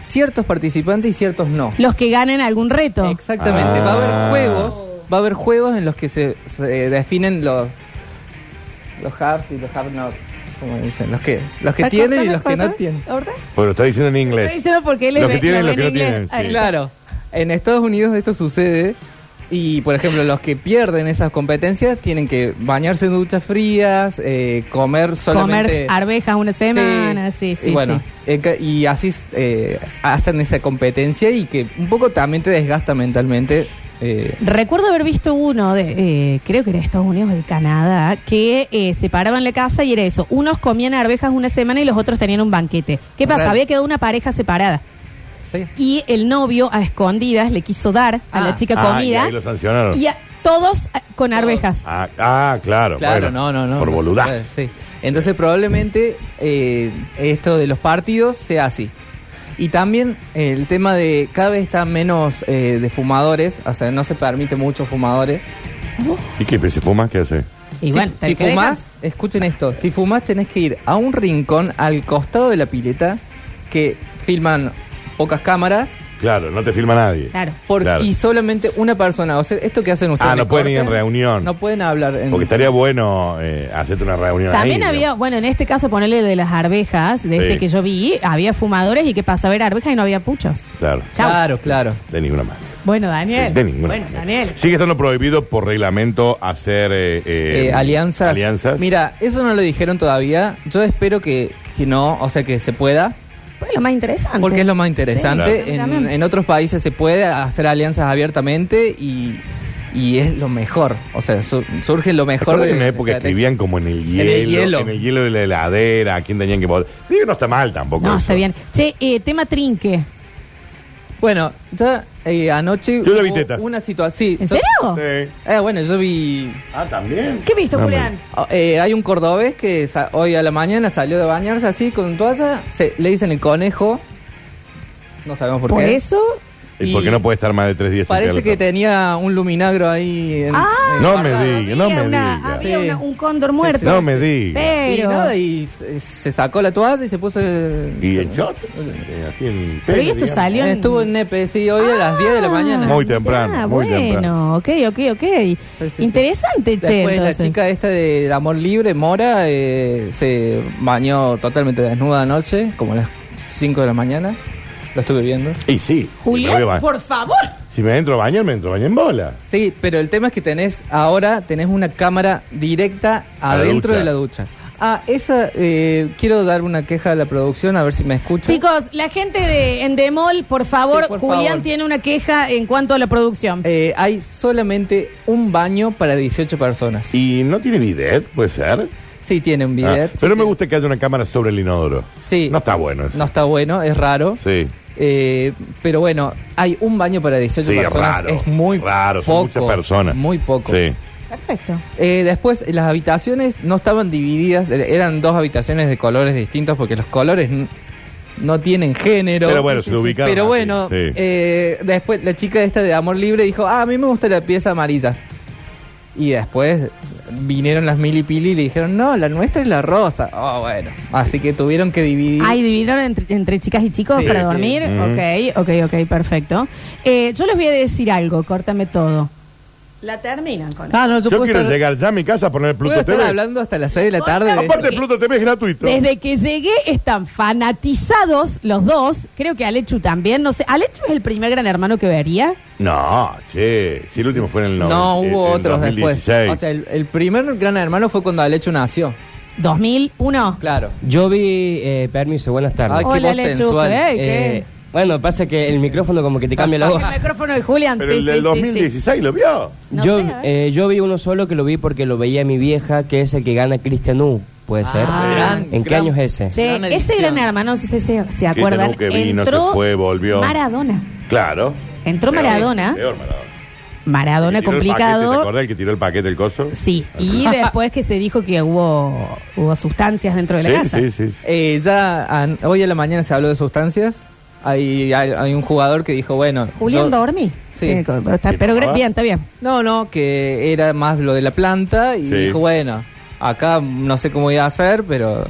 [SPEAKER 3] Ciertos participantes y ciertos no.
[SPEAKER 1] Los que ganen algún reto.
[SPEAKER 3] Exactamente, va a
[SPEAKER 2] Ah.
[SPEAKER 3] haber juegos, va a haber juegos en los que se, se definen los los halves y los have nots, como dicen, los que los que tienen y los que no tienen.
[SPEAKER 1] ¿Ahorita?
[SPEAKER 2] Pero lo está diciendo en
[SPEAKER 1] Estoy
[SPEAKER 2] inglés.
[SPEAKER 1] diciendo porque él es
[SPEAKER 2] Los que
[SPEAKER 1] ve-
[SPEAKER 2] tienen y
[SPEAKER 1] lo
[SPEAKER 2] los que
[SPEAKER 1] ven
[SPEAKER 2] no
[SPEAKER 1] en
[SPEAKER 2] tienen,
[SPEAKER 1] inglés. Ahí
[SPEAKER 2] sí.
[SPEAKER 1] está.
[SPEAKER 3] Claro, en Estados Unidos esto sucede y por ejemplo los que pierden esas competencias tienen que bañarse en duchas frías, eh, comer
[SPEAKER 1] Comer
[SPEAKER 3] solamente
[SPEAKER 1] arvejas una semana, sí, sí,
[SPEAKER 3] y bueno,
[SPEAKER 1] sí.
[SPEAKER 3] eh, ca- y así eh, hacen esa competencia y que un poco también te desgasta mentalmente. eh,
[SPEAKER 1] Recuerdo haber visto uno de, eh, creo que era de Estados Unidos o de Canadá, que eh, se paraban en la casa y era eso. Unos comían arvejas una semana y los otros tenían un banquete. ¿Qué pasa?
[SPEAKER 3] Raro.
[SPEAKER 1] Había quedado una pareja separada.
[SPEAKER 3] sí.
[SPEAKER 1] Y el novio a escondidas le quiso dar a
[SPEAKER 3] Ah.
[SPEAKER 1] la chica
[SPEAKER 2] Ah, y
[SPEAKER 1] comida
[SPEAKER 2] ahí lo sancionaron.
[SPEAKER 1] y, a todos eh, con
[SPEAKER 3] Todos.
[SPEAKER 1] arvejas.
[SPEAKER 2] Ah, ah, claro.
[SPEAKER 3] Claro,
[SPEAKER 2] bueno,
[SPEAKER 3] no, no, no.
[SPEAKER 2] Por
[SPEAKER 3] no se
[SPEAKER 2] boludaz.
[SPEAKER 3] puede, sí. Entonces probablemente eh, esto de los partidos sea así. Y también eh, el tema de cada vez están menos eh, de fumadores, o sea, no se permite muchos fumadores.
[SPEAKER 2] ¿Y qué? ¿Se fuma? ¿Qué hace?
[SPEAKER 1] Y bueno,
[SPEAKER 3] si, si
[SPEAKER 1] ¿te
[SPEAKER 3] fumás, escuchen esto, si fumás tenés que ir a un rincón al costado de la pileta que filman pocas cámaras
[SPEAKER 2] Claro, no te filma nadie.
[SPEAKER 1] Claro.
[SPEAKER 3] por-
[SPEAKER 2] Claro.
[SPEAKER 3] y solamente una persona. O sea, esto que hacen ustedes.
[SPEAKER 2] Ah, no
[SPEAKER 3] ¿le
[SPEAKER 2] pueden ir en
[SPEAKER 3] cortan?
[SPEAKER 2] reunión.
[SPEAKER 3] No pueden hablar. En,
[SPEAKER 2] Porque estaría bueno eh, hacerte una reunión
[SPEAKER 1] También
[SPEAKER 2] ahí,
[SPEAKER 1] había,
[SPEAKER 2] digamos.
[SPEAKER 1] bueno, en este caso, ponerle de las arvejas, de este
[SPEAKER 2] Sí.
[SPEAKER 1] que yo vi, había fumadores y que pasaba a ver arvejas y no había puchos.
[SPEAKER 2] Claro.
[SPEAKER 1] Chau.
[SPEAKER 3] Claro, claro.
[SPEAKER 2] De ninguna manera.
[SPEAKER 1] Bueno, Daniel.
[SPEAKER 2] Sí, de ninguna
[SPEAKER 1] bueno,
[SPEAKER 2] manera.
[SPEAKER 1] Daniel.
[SPEAKER 2] Sigue estando prohibido por reglamento hacer eh, eh,
[SPEAKER 3] Eh, alianzas.
[SPEAKER 2] alianzas.
[SPEAKER 3] Mira, eso no lo dijeron todavía. Yo espero que, que no, o sea, que se pueda,
[SPEAKER 1] Fue lo más interesante.
[SPEAKER 3] porque es lo más interesante.
[SPEAKER 1] Sí,
[SPEAKER 3] En- en,
[SPEAKER 1] exactamente.
[SPEAKER 3] otros países se puede hacer alianzas abiertamente y, y es lo mejor. O sea, su- surge lo
[SPEAKER 2] ¿Te
[SPEAKER 3] mejor
[SPEAKER 2] acuerdas
[SPEAKER 3] de
[SPEAKER 2] que en una época escribían como en el hielo,
[SPEAKER 3] el hielo.
[SPEAKER 2] en el hielo de la heladera, a quién tenían que votar. Digo, no está mal tampoco.
[SPEAKER 1] No,
[SPEAKER 2] eso.
[SPEAKER 1] está bien. Che, eh, tema trinque.
[SPEAKER 3] Bueno, ya eh, anoche
[SPEAKER 2] Yo la vi
[SPEAKER 3] hubo
[SPEAKER 2] teta.
[SPEAKER 3] una situación.
[SPEAKER 1] ¿En serio?
[SPEAKER 2] Sí.
[SPEAKER 3] Eh, bueno, yo vi
[SPEAKER 2] Ah, también.
[SPEAKER 1] ¿Qué viste,
[SPEAKER 2] No,
[SPEAKER 1] Julián?
[SPEAKER 3] Eh, hay un cordobés que sa- hoy a la mañana salió de bañarse así con toalla, se, le dicen el conejo, no sabemos por,
[SPEAKER 1] Por
[SPEAKER 3] qué.
[SPEAKER 1] eso.
[SPEAKER 2] ¿Y por qué no puede estar más de tres días sin
[SPEAKER 3] Parece que
[SPEAKER 2] pelo?
[SPEAKER 3] tenía un luminagro ahí. En,
[SPEAKER 1] Ah,
[SPEAKER 3] eh,
[SPEAKER 2] No me
[SPEAKER 3] guardado.
[SPEAKER 2] diga, no
[SPEAKER 1] había
[SPEAKER 2] me
[SPEAKER 1] una-
[SPEAKER 2] diga.
[SPEAKER 1] Había
[SPEAKER 3] Sí.
[SPEAKER 1] una- un cóndor muerto.
[SPEAKER 2] No me diga.
[SPEAKER 1] Pero-
[SPEAKER 3] Y nada, y se, se sacó la toalla y se puso... eh,
[SPEAKER 2] ¿Y el shot? Eh, Así en
[SPEAKER 1] Pero ¿y
[SPEAKER 2] tele,
[SPEAKER 1] esto
[SPEAKER 2] digamos.
[SPEAKER 1] salió en-
[SPEAKER 3] Estuvo en Nepe, sí, hoy a las 10 de la mañana.
[SPEAKER 2] Muy temprano,
[SPEAKER 1] Ah,
[SPEAKER 2] muy temprano.
[SPEAKER 1] bueno, ok, ok, ok.
[SPEAKER 3] sí.
[SPEAKER 1] Interesante, che.
[SPEAKER 3] Después la
[SPEAKER 1] entonces.
[SPEAKER 3] chica esta del amor libre, Mora, eh, se bañó totalmente desnuda anoche, como a las 5 de la mañana. la estuve viendo.
[SPEAKER 2] Y sí.
[SPEAKER 1] Julián,
[SPEAKER 2] si me, voy a ba-
[SPEAKER 1] por favor.
[SPEAKER 2] si me entro a bañar, me entro a bañar en bola.
[SPEAKER 3] Sí, pero el tema es que tenés ahora tenés una cámara directa
[SPEAKER 2] A la
[SPEAKER 3] adentro
[SPEAKER 2] ducha.
[SPEAKER 3] de la ducha. Ah, esa eh, quiero dar una queja a la producción a ver si me escuchan.
[SPEAKER 1] Chicos, la gente de Endemol, por favor,
[SPEAKER 3] Sí, por
[SPEAKER 1] Julián
[SPEAKER 3] favor.
[SPEAKER 1] tiene una queja en cuanto a la producción.
[SPEAKER 3] Eh, hay solamente un baño para 18 personas.
[SPEAKER 2] Y no tiene bidet, puede ser.
[SPEAKER 3] Sí tiene un
[SPEAKER 2] Ah,
[SPEAKER 3] bidet. sí
[SPEAKER 2] pero me
[SPEAKER 3] tiene-
[SPEAKER 2] gusta que haya una cámara sobre el inodoro.
[SPEAKER 3] Sí.
[SPEAKER 2] No está bueno eso.
[SPEAKER 3] No está bueno, es raro.
[SPEAKER 2] Sí.
[SPEAKER 3] Eh, pero bueno, hay un baño para 18
[SPEAKER 2] Sí, es
[SPEAKER 3] personas.
[SPEAKER 2] raro,
[SPEAKER 3] es muy
[SPEAKER 2] raro, son
[SPEAKER 3] poco.
[SPEAKER 2] muchas personas.
[SPEAKER 3] Muy poco.
[SPEAKER 2] Sí.
[SPEAKER 1] Perfecto.
[SPEAKER 3] Eh, después, las habitaciones no estaban divididas, eh, eran dos habitaciones de colores distintos porque los colores n- no tienen género.
[SPEAKER 2] Pero bueno,
[SPEAKER 1] sí,
[SPEAKER 2] se lo
[SPEAKER 1] sí,
[SPEAKER 2] ubicaron.
[SPEAKER 3] Pero
[SPEAKER 2] así,
[SPEAKER 3] bueno,
[SPEAKER 2] sí.
[SPEAKER 3] eh, después la chica esta de Amor Libre dijo, ah, a mí me gusta la pieza amarilla. Y después vinieron las milipili y le dijeron, no, la nuestra es la rosa. Ah, bueno. Así que tuvieron que dividir.
[SPEAKER 1] Ay, dividieron entre, entre chicas y chicos
[SPEAKER 3] Sí,
[SPEAKER 1] para
[SPEAKER 3] sí.
[SPEAKER 1] dormir.
[SPEAKER 2] Ujú.
[SPEAKER 1] Ok, ok, ok, perfecto. Eh, yo les voy a decir algo, córtame todo. La terminan con
[SPEAKER 3] Ah, no,
[SPEAKER 2] Yo,
[SPEAKER 3] puedo
[SPEAKER 2] quiero
[SPEAKER 3] estar-
[SPEAKER 2] llegar ya a mi casa a poner el
[SPEAKER 3] Puedo
[SPEAKER 2] Pluto
[SPEAKER 3] estar
[SPEAKER 2] TV.
[SPEAKER 3] hablando hasta las 6 de la tarde. de-
[SPEAKER 2] Aparte, Pluto TV es gratuito.
[SPEAKER 1] Desde que llegué están fanatizados los dos. Creo que Alechu también. No sé, Alechu es el primer gran hermano que vería.
[SPEAKER 2] No, che. Si el último fue en el
[SPEAKER 3] No,
[SPEAKER 2] noven- en-
[SPEAKER 3] hubo
[SPEAKER 2] en
[SPEAKER 3] otros
[SPEAKER 2] 2016.
[SPEAKER 3] después. O sea, el, el primer gran hermano fue cuando Alecho nació.
[SPEAKER 1] 2001.
[SPEAKER 3] Claro.
[SPEAKER 4] Yo vi, eh, permiso, buenas tardes.
[SPEAKER 3] Ay, qué
[SPEAKER 1] Hola,
[SPEAKER 3] voz
[SPEAKER 1] Alechu.
[SPEAKER 3] sensual.
[SPEAKER 1] ¿qué?
[SPEAKER 4] Eh,
[SPEAKER 1] ¿Qué?
[SPEAKER 4] bueno, pasa que el micrófono como que te cambia la voz.
[SPEAKER 1] El micrófono de Julián.
[SPEAKER 2] Pero
[SPEAKER 1] sí,
[SPEAKER 2] el
[SPEAKER 1] sí,
[SPEAKER 2] del
[SPEAKER 1] sí,
[SPEAKER 2] 2016 lo vio.
[SPEAKER 1] No
[SPEAKER 4] yo,
[SPEAKER 1] sé, a ver.
[SPEAKER 4] eh, yo vi uno solo que lo vi porque lo veía mi vieja, que es el que gana Cristian U, puede ser.
[SPEAKER 3] gran,
[SPEAKER 4] ¿En qué
[SPEAKER 3] gran-
[SPEAKER 4] año es
[SPEAKER 1] Ah. sí.
[SPEAKER 4] ese?
[SPEAKER 1] Che,
[SPEAKER 3] Gran
[SPEAKER 1] ese
[SPEAKER 3] edición.
[SPEAKER 1] gran hermano, no sé si se, se acuerdan,
[SPEAKER 2] Luque vino, se
[SPEAKER 1] entró
[SPEAKER 2] fue, volvió.
[SPEAKER 1] Maradona.
[SPEAKER 2] Claro.
[SPEAKER 1] Entró
[SPEAKER 2] Peor,
[SPEAKER 1] Maradona.
[SPEAKER 2] Peor Maradona.
[SPEAKER 1] Maradona
[SPEAKER 2] El que tiró el paquete, ¿Te
[SPEAKER 1] complicado.
[SPEAKER 2] acordás el que tiró el paquete, el coso?
[SPEAKER 1] Sí, y
[SPEAKER 2] Ah.
[SPEAKER 1] después que se dijo que hubo, hubo sustancias dentro de la
[SPEAKER 2] Sí,
[SPEAKER 1] casa.
[SPEAKER 2] sí, sí.
[SPEAKER 3] Eh, ya an- hoy en la mañana se habló de sustancias. Hay, hay, hay un jugador que dijo, bueno...
[SPEAKER 1] Julián
[SPEAKER 3] yo-
[SPEAKER 1] dormí.
[SPEAKER 3] Sí.
[SPEAKER 1] co- pero, está,
[SPEAKER 2] ¿Quién
[SPEAKER 1] pero gra-
[SPEAKER 2] estaba?
[SPEAKER 1] bien, está bien.
[SPEAKER 3] No, no, que era más lo de la planta y
[SPEAKER 2] Sí.
[SPEAKER 3] dijo, bueno, acá no sé cómo voy a hacer, pero...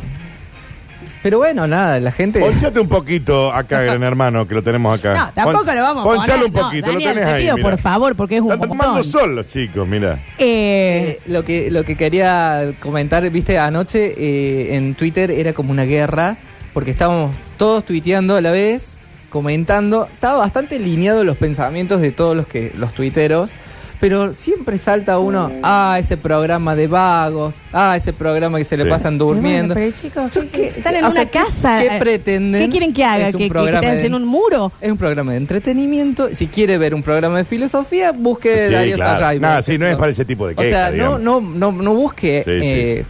[SPEAKER 3] Pero bueno, nada, la gente...
[SPEAKER 2] Ponchate un poquito acá, gran hermano, que lo tenemos acá.
[SPEAKER 1] No, tampoco
[SPEAKER 2] Pon-
[SPEAKER 1] lo vamos a
[SPEAKER 2] Ponchalo
[SPEAKER 1] poner,
[SPEAKER 2] un
[SPEAKER 1] no,
[SPEAKER 2] poquito,
[SPEAKER 1] Daniel,
[SPEAKER 2] lo tenés
[SPEAKER 1] te
[SPEAKER 2] ahí.
[SPEAKER 1] pido,
[SPEAKER 2] mirá.
[SPEAKER 1] por favor, porque es un
[SPEAKER 2] Están tomando
[SPEAKER 1] montón.
[SPEAKER 2] sol los chicos, mira.
[SPEAKER 1] Eh,
[SPEAKER 3] Eh, lo que lo que quería comentar, viste, anoche eh, en Twitter era como una guerra, porque estábamos todos tuiteando a la vez, comentando, estaba bastante lineado los pensamientos de todos los que los tuiteros, pero siempre salta uno, ah, ese programa de vagos, ah, ese programa que se le
[SPEAKER 2] Sí.
[SPEAKER 3] pasan durmiendo.
[SPEAKER 1] Bueno, pero chicos,
[SPEAKER 3] Yo qué-
[SPEAKER 1] están en
[SPEAKER 3] o
[SPEAKER 1] una
[SPEAKER 3] sea, ¿qué-
[SPEAKER 1] casa. eh,
[SPEAKER 3] ¿Qué pretenden?
[SPEAKER 1] ¿Qué quieren que haga?
[SPEAKER 3] Es un
[SPEAKER 1] ¿Que, que,
[SPEAKER 3] programa
[SPEAKER 1] quédense
[SPEAKER 3] de-
[SPEAKER 1] en un muro?
[SPEAKER 3] es un programa de entretenimiento. Si quiere ver un programa de filosofía, busque
[SPEAKER 2] Sí,
[SPEAKER 3] Darío
[SPEAKER 2] claro.
[SPEAKER 3] Sarraibo.
[SPEAKER 2] Nada,
[SPEAKER 3] qué
[SPEAKER 2] sí,
[SPEAKER 3] sé
[SPEAKER 2] no es
[SPEAKER 3] yo.
[SPEAKER 2] para ese tipo de
[SPEAKER 3] O
[SPEAKER 2] queja,
[SPEAKER 3] sea, no,
[SPEAKER 2] digamos.
[SPEAKER 3] no, no, no busque
[SPEAKER 2] Sí, sí,
[SPEAKER 3] eh,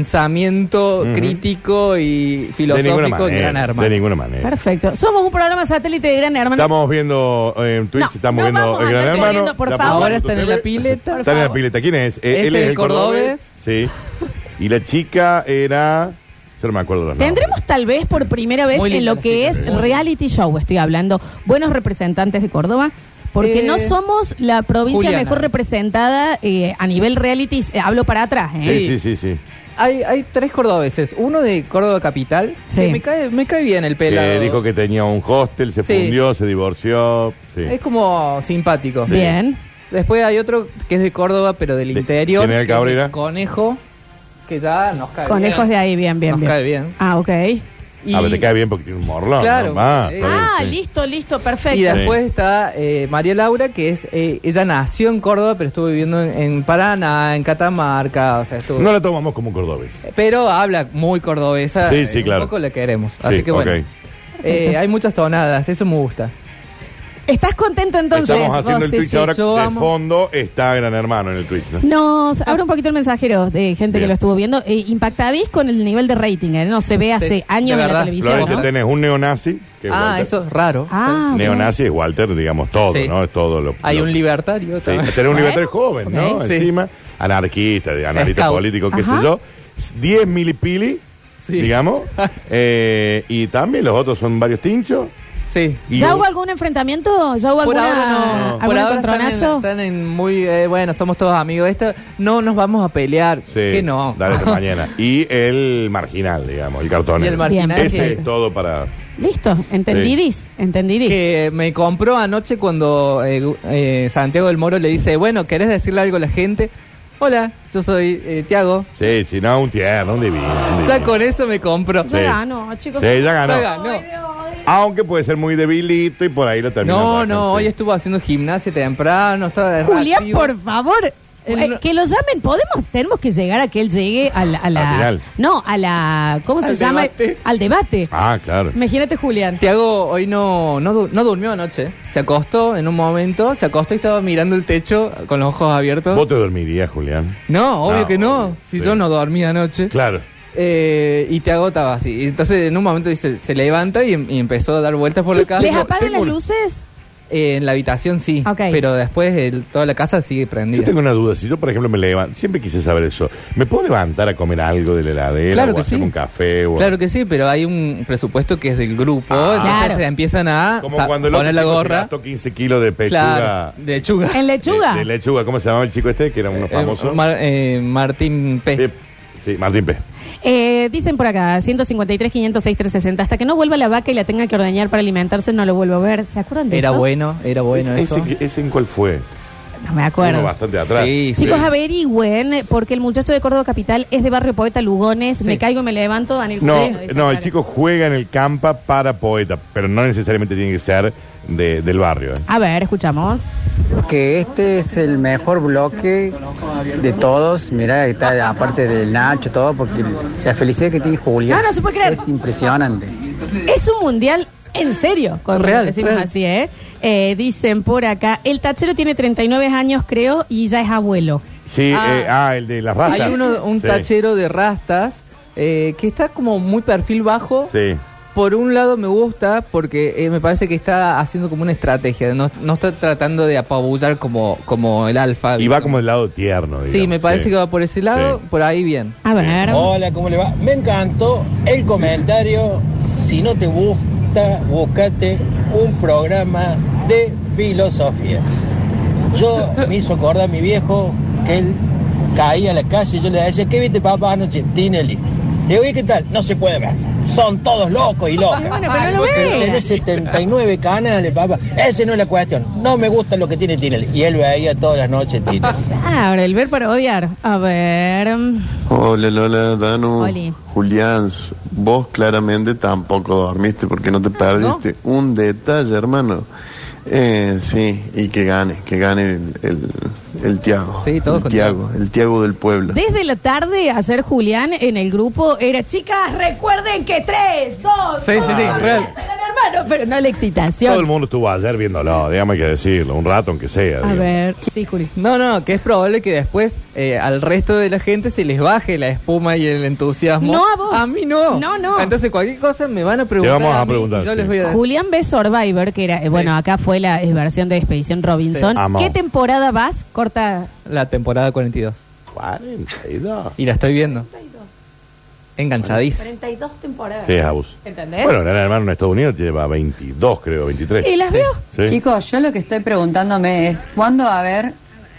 [SPEAKER 3] pensamiento
[SPEAKER 2] Ujú.
[SPEAKER 3] crítico y
[SPEAKER 2] De
[SPEAKER 3] filosófico
[SPEAKER 2] ninguna
[SPEAKER 3] en Gran
[SPEAKER 2] manera.
[SPEAKER 3] Hermano.
[SPEAKER 2] De ninguna manera.
[SPEAKER 1] Perfecto. Somos un programa satélite de Gran Hermano.
[SPEAKER 2] Estamos viendo eh, en Twitch,
[SPEAKER 1] No,
[SPEAKER 2] estamos
[SPEAKER 1] no
[SPEAKER 2] viendo
[SPEAKER 1] vamos
[SPEAKER 2] el
[SPEAKER 1] a
[SPEAKER 2] Gran
[SPEAKER 1] andar
[SPEAKER 2] Hermano.
[SPEAKER 1] corriendo, por
[SPEAKER 2] la
[SPEAKER 1] favor.
[SPEAKER 2] pusimos
[SPEAKER 3] Ahora están en
[SPEAKER 2] TV.
[SPEAKER 3] la pileta.
[SPEAKER 2] Están en la
[SPEAKER 1] favor.
[SPEAKER 2] pileta. ¿Quién es? Eh,
[SPEAKER 3] Es
[SPEAKER 2] él es
[SPEAKER 3] el
[SPEAKER 2] el cordobés.
[SPEAKER 3] cordobés.
[SPEAKER 2] Sí. Y la chica era... Yo no me acuerdo los nombres.
[SPEAKER 1] Tendremos tal vez por primera vez
[SPEAKER 3] Muy
[SPEAKER 1] en
[SPEAKER 3] linda
[SPEAKER 1] lo
[SPEAKER 3] la
[SPEAKER 1] que
[SPEAKER 3] chica, ¿eh?
[SPEAKER 1] es
[SPEAKER 3] muy linda.
[SPEAKER 1] reality show, estoy hablando, buenos representantes de Córdoba, porque
[SPEAKER 3] Eh,
[SPEAKER 1] no somos la provincia
[SPEAKER 3] Juliana.
[SPEAKER 1] mejor representada eh, a nivel reality, eh, hablo para atrás, ¿eh?
[SPEAKER 2] Sí, sí, sí, sí.
[SPEAKER 3] Hay, hay tres cordobeses. Uno de Córdoba Capital.
[SPEAKER 1] Sí.
[SPEAKER 3] que me, cae, me cae bien el pelado.
[SPEAKER 2] Que Eh, dijo que tenía un hostel, se
[SPEAKER 3] Sí. Eh,
[SPEAKER 2] fundió, se divorció. Sí.
[SPEAKER 3] Es como simpático.
[SPEAKER 1] Bien.
[SPEAKER 3] Después hay otro que es de Córdoba, pero del
[SPEAKER 2] De-
[SPEAKER 3] interior.
[SPEAKER 2] General
[SPEAKER 3] que es
[SPEAKER 2] Cabrera.
[SPEAKER 3] el Conejo, que ya nos cae
[SPEAKER 1] Conejos de
[SPEAKER 3] bien.
[SPEAKER 1] ahí, bien, bien,
[SPEAKER 3] Nos
[SPEAKER 1] bien.
[SPEAKER 3] cae bien.
[SPEAKER 1] Ah, ok.
[SPEAKER 3] Y-
[SPEAKER 2] A ver, te cae bien porque tiene un morlón.
[SPEAKER 3] Claro,
[SPEAKER 2] ¿no? Va,
[SPEAKER 3] eh,
[SPEAKER 2] está bien,
[SPEAKER 1] Ah,
[SPEAKER 2] sí.
[SPEAKER 1] listo, listo, perfecto.
[SPEAKER 3] Y después
[SPEAKER 2] Sí.
[SPEAKER 3] está eh, María Laura, que es eh, ella nació en Córdoba, pero estuvo viviendo en, en Paraná, en Catamarca, o sea, estuvo...
[SPEAKER 2] No la tomamos como un cordobés.
[SPEAKER 3] Pero habla muy cordobesa,
[SPEAKER 2] Sí, sí,
[SPEAKER 3] eh,
[SPEAKER 2] claro.
[SPEAKER 3] un poco la queremos, así que bueno.
[SPEAKER 2] ok.
[SPEAKER 3] Eh, hay muchas tonadas, eso me gusta.
[SPEAKER 1] ¿Estás contento entonces?
[SPEAKER 2] Estamos haciendo
[SPEAKER 1] vos?
[SPEAKER 2] el
[SPEAKER 1] Sí,
[SPEAKER 2] Twitch
[SPEAKER 1] sí.
[SPEAKER 2] ahora.
[SPEAKER 3] yo
[SPEAKER 2] De
[SPEAKER 3] amo.
[SPEAKER 2] fondo está Gran Hermano en el Twitch. ¿no?
[SPEAKER 1] Nos abre un poquito el mensajero de gente
[SPEAKER 2] Bien.
[SPEAKER 1] que lo estuvo viendo. Eh, impactadís con el nivel de rating, ¿eh? no se ve hace
[SPEAKER 3] Sí,
[SPEAKER 1] años
[SPEAKER 3] de
[SPEAKER 1] en la
[SPEAKER 3] verdad.
[SPEAKER 1] televisión.
[SPEAKER 2] Florencia,
[SPEAKER 1] ¿no?
[SPEAKER 2] tenés un neonazi. Que es
[SPEAKER 3] Ah,
[SPEAKER 2] Walter.
[SPEAKER 3] eso es raro.
[SPEAKER 1] Ah,
[SPEAKER 2] Neonazi es Walter, digamos, todo,
[SPEAKER 3] Sí.
[SPEAKER 2] ¿no? Es todo lo.
[SPEAKER 3] Hay
[SPEAKER 2] lo-
[SPEAKER 3] un libertario.
[SPEAKER 2] Sí, este-
[SPEAKER 3] también.
[SPEAKER 2] tener un libertario joven, ¿no?
[SPEAKER 3] Ok, sí.
[SPEAKER 2] Encima, anarquista, de- analista
[SPEAKER 3] Scout.
[SPEAKER 2] político, qué
[SPEAKER 1] Ajá.
[SPEAKER 2] sé yo. 10 milipili,
[SPEAKER 3] Sí.
[SPEAKER 2] digamos. Eh, y también los otros son varios tinchos.
[SPEAKER 3] Sí.
[SPEAKER 2] Y
[SPEAKER 1] ¿Ya
[SPEAKER 2] un-
[SPEAKER 1] hubo algún enfrentamiento? ¿Ya hubo
[SPEAKER 3] Por
[SPEAKER 1] alguna,
[SPEAKER 3] ahora no.
[SPEAKER 1] algún
[SPEAKER 3] Por ahora están en-
[SPEAKER 1] encontronazo?
[SPEAKER 3] Están, en, muy... eh, bueno, somos todos amigos de esto. No nos vamos a pelear.
[SPEAKER 2] Sí,
[SPEAKER 3] Que no.
[SPEAKER 2] Dale hasta mañana. Y el marginal, digamos, el cartón.
[SPEAKER 3] Y el marginal
[SPEAKER 1] Bien,
[SPEAKER 2] Ese
[SPEAKER 3] que-
[SPEAKER 2] es todo para.
[SPEAKER 1] Listo, entendidís, entendidís.
[SPEAKER 3] que me compró anoche cuando eh, gu- eh, Santiago del Moro le dice, bueno, ¿querés decirle algo a la gente? Hola, yo soy eh, Tiago.
[SPEAKER 2] Sí, si no, un tierno, un divino. un divino.
[SPEAKER 3] Ya con eso me compró.
[SPEAKER 1] Ya
[SPEAKER 2] Sí.
[SPEAKER 1] ganó, chicos.
[SPEAKER 2] Sí, ya ganó.
[SPEAKER 3] Ya ganó.
[SPEAKER 1] Ay, Dios.
[SPEAKER 2] Aunque puede ser muy debilito y por ahí lo termina.
[SPEAKER 3] No,
[SPEAKER 2] bajando,
[SPEAKER 3] no,
[SPEAKER 2] sí.
[SPEAKER 3] hoy estuvo haciendo gimnasia temprano, estaba de
[SPEAKER 1] Julián,
[SPEAKER 3] reactivo.
[SPEAKER 1] por favor.
[SPEAKER 3] El-
[SPEAKER 1] eh, que lo llamen, podemos, tenemos que llegar a que él llegue a la. a la-
[SPEAKER 2] Al final.
[SPEAKER 1] no, a la. ¿Cómo se
[SPEAKER 3] Al
[SPEAKER 1] llama?
[SPEAKER 3] debate.
[SPEAKER 1] Al debate.
[SPEAKER 2] Ah, claro.
[SPEAKER 1] Imagínate, Julián.
[SPEAKER 3] Tiago hoy no, no, du- no durmió anoche. Se acostó en un momento, se acostó y estaba mirando el techo con los ojos abiertos.
[SPEAKER 2] ¿Vos te dormirías, Julián?
[SPEAKER 3] No, obvio
[SPEAKER 2] No,
[SPEAKER 3] que no.
[SPEAKER 2] obvio,
[SPEAKER 3] si
[SPEAKER 2] sí.
[SPEAKER 3] yo no dormí anoche.
[SPEAKER 2] Claro.
[SPEAKER 3] Eh, y te agotaba así. Y entonces en un momento dice, se levanta y, em- y empezó a dar vueltas por la casa.
[SPEAKER 1] ¿Les
[SPEAKER 3] Tengo-
[SPEAKER 1] apagan
[SPEAKER 3] tengo
[SPEAKER 1] las
[SPEAKER 3] un-
[SPEAKER 1] luces?
[SPEAKER 3] Eh, en la habitación sí.
[SPEAKER 1] Ok.
[SPEAKER 3] Pero después el- toda la casa sigue prendida.
[SPEAKER 2] Yo tengo una duda. Si yo, por ejemplo, me levanto, siempre quise saber eso. ¿Me puedo levantar a comer algo de la heladera?
[SPEAKER 3] Claro
[SPEAKER 2] o
[SPEAKER 3] que
[SPEAKER 2] hacer
[SPEAKER 3] sí.
[SPEAKER 2] un café? O...
[SPEAKER 3] Claro que sí, pero hay un presupuesto que es del grupo.
[SPEAKER 2] Ah.
[SPEAKER 3] entonces
[SPEAKER 1] Claro.
[SPEAKER 3] se empiezan a
[SPEAKER 2] Como
[SPEAKER 3] sa-
[SPEAKER 2] cuando el
[SPEAKER 3] poner
[SPEAKER 2] otro
[SPEAKER 3] la
[SPEAKER 2] chico se
[SPEAKER 3] gorra.
[SPEAKER 2] gastó 15 kilos de pechuga.
[SPEAKER 3] Claro, de lechuga.
[SPEAKER 1] ¿En lechuga?
[SPEAKER 2] De, de lechuga. ¿Cómo se llamaba el chico este? Que era uno
[SPEAKER 3] Eh,
[SPEAKER 2] famoso.
[SPEAKER 3] Mar- eh, Martín P.
[SPEAKER 2] Pep. Sí, Martín P.
[SPEAKER 1] Eh, dicen por acá, 153, 506, 360. Hasta que no vuelva la vaca y la tenga que ordeñar para alimentarse, no lo vuelvo a ver. ¿Se acuerdan de
[SPEAKER 3] Era
[SPEAKER 1] eso?
[SPEAKER 3] bueno, era bueno
[SPEAKER 2] ¿Ese,
[SPEAKER 3] eso.
[SPEAKER 2] ese, en cuál fue?
[SPEAKER 1] No me
[SPEAKER 2] Uno
[SPEAKER 1] acuerdo.
[SPEAKER 2] bastante atrás.
[SPEAKER 3] Sí, sí.
[SPEAKER 1] Chicos, averigüen, eh, porque el muchacho de Córdoba Capital es de Barrio Poeta Lugones. Me caigo y me levanto, Daniel
[SPEAKER 2] No,
[SPEAKER 1] Feo, dice
[SPEAKER 2] no, el
[SPEAKER 1] acá.
[SPEAKER 2] chico juega en el campa para poeta, pero no necesariamente tiene que ser de- del barrio. ¿eh?
[SPEAKER 1] A ver, escuchamos.
[SPEAKER 5] que este es el mejor bloque de todos. Mira, está aparte del Nacho, todo, porque la felicidad que tiene Julián
[SPEAKER 1] No, no se puede creer.
[SPEAKER 5] es impresionante.
[SPEAKER 1] Es un mundial en serio, cuando
[SPEAKER 3] Real,
[SPEAKER 1] lo decimos
[SPEAKER 3] real.
[SPEAKER 1] así, ¿eh? Eh, Dicen por acá, el tachero tiene 39 años, creo, y ya es abuelo.
[SPEAKER 2] Sí, eh,
[SPEAKER 3] Ah.
[SPEAKER 2] ah, el de las razas.
[SPEAKER 3] Hay uno, un
[SPEAKER 2] Sí,
[SPEAKER 3] tachero de rastas eh, que está como muy perfil bajo.
[SPEAKER 2] Sí.
[SPEAKER 3] Por un lado me gusta porque eh, me parece que está haciendo como una estrategia, no, no está tratando de apabullar como, como el alfa.
[SPEAKER 2] Y va como del lado tierno,
[SPEAKER 3] Ah, Sí,
[SPEAKER 2] digamos,
[SPEAKER 3] me parece
[SPEAKER 2] sí.
[SPEAKER 3] que va por ese lado,
[SPEAKER 2] Sí.
[SPEAKER 3] por ahí bien.
[SPEAKER 1] A ver.
[SPEAKER 6] Hola, ¿cómo le va? Me encantó el comentario. Si no te gusta, buscate un programa de filosofía. Yo me hizo acordar a mi viejo que él caía a la calle y yo le decía, ¿qué viste papá anoche? Tinelli. Le digo, ¿y qué tal? No se puede ver. Son todos locos y locas.
[SPEAKER 1] Bueno, pero no lo
[SPEAKER 6] Pero
[SPEAKER 1] ve.
[SPEAKER 6] tenés 79 canales, papá. Ese no es la cuestión. No me gusta lo que tiene Tinelli. Y él veía todas las noches Tinelli.
[SPEAKER 1] Ahora, el ver para odiar. A ver.
[SPEAKER 7] Hola Lola,
[SPEAKER 3] Oh.
[SPEAKER 7] Danu,
[SPEAKER 1] Oli.
[SPEAKER 7] Julián, vos claramente tampoco dormiste porque no te perdiste un detalle, hermano. Eh, sí, y que gane, que gane el, el, el Tiago.
[SPEAKER 3] Sí, todos
[SPEAKER 7] el
[SPEAKER 3] con
[SPEAKER 7] Tiago, el Tiago del pueblo.
[SPEAKER 1] Desde la tarde, ayer Julián en el grupo era, chicas, recuerden que tres, dos,
[SPEAKER 3] Sí, sí, sí,
[SPEAKER 1] uno,
[SPEAKER 3] real.
[SPEAKER 1] ya serán hermanos", pero no la excitación.
[SPEAKER 2] Todo el mundo estuvo ayer viéndolo, digamos, hay que decirlo, un rato aunque sea.
[SPEAKER 1] A
[SPEAKER 2] digamos.
[SPEAKER 1] ver, sí, Juli.
[SPEAKER 3] No, no, que es probable que después eh, al resto de la gente se les baje la espuma y el entusiasmo.
[SPEAKER 1] No, a vos.
[SPEAKER 3] A mí no.
[SPEAKER 1] No, no.
[SPEAKER 3] Entonces cualquier cosa me van a preguntar.
[SPEAKER 2] vamos a
[SPEAKER 3] mí y
[SPEAKER 2] preguntar,
[SPEAKER 3] yo
[SPEAKER 2] sí.
[SPEAKER 3] les voy a decir.
[SPEAKER 1] Julián ve Survivor, que era, eh, bueno, acá fue la eh, versión de Expedición Robinson.
[SPEAKER 2] Sí. Amo.
[SPEAKER 1] ¿Qué temporada vas? Corta.
[SPEAKER 3] La temporada 42.
[SPEAKER 2] 42.
[SPEAKER 3] Y la estoy viendo. Enganchadís.
[SPEAKER 1] 32 temporadas.
[SPEAKER 2] Sí, es abuso.
[SPEAKER 1] ¿Entendés?
[SPEAKER 2] Bueno, Gran Hermano en Estados Unidos lleva 22, creo, 23.
[SPEAKER 1] ¿Y las
[SPEAKER 3] Sí.
[SPEAKER 1] veo?
[SPEAKER 2] Sí.
[SPEAKER 8] Chicos, yo lo que estoy preguntándome es, ¿cuándo va a haber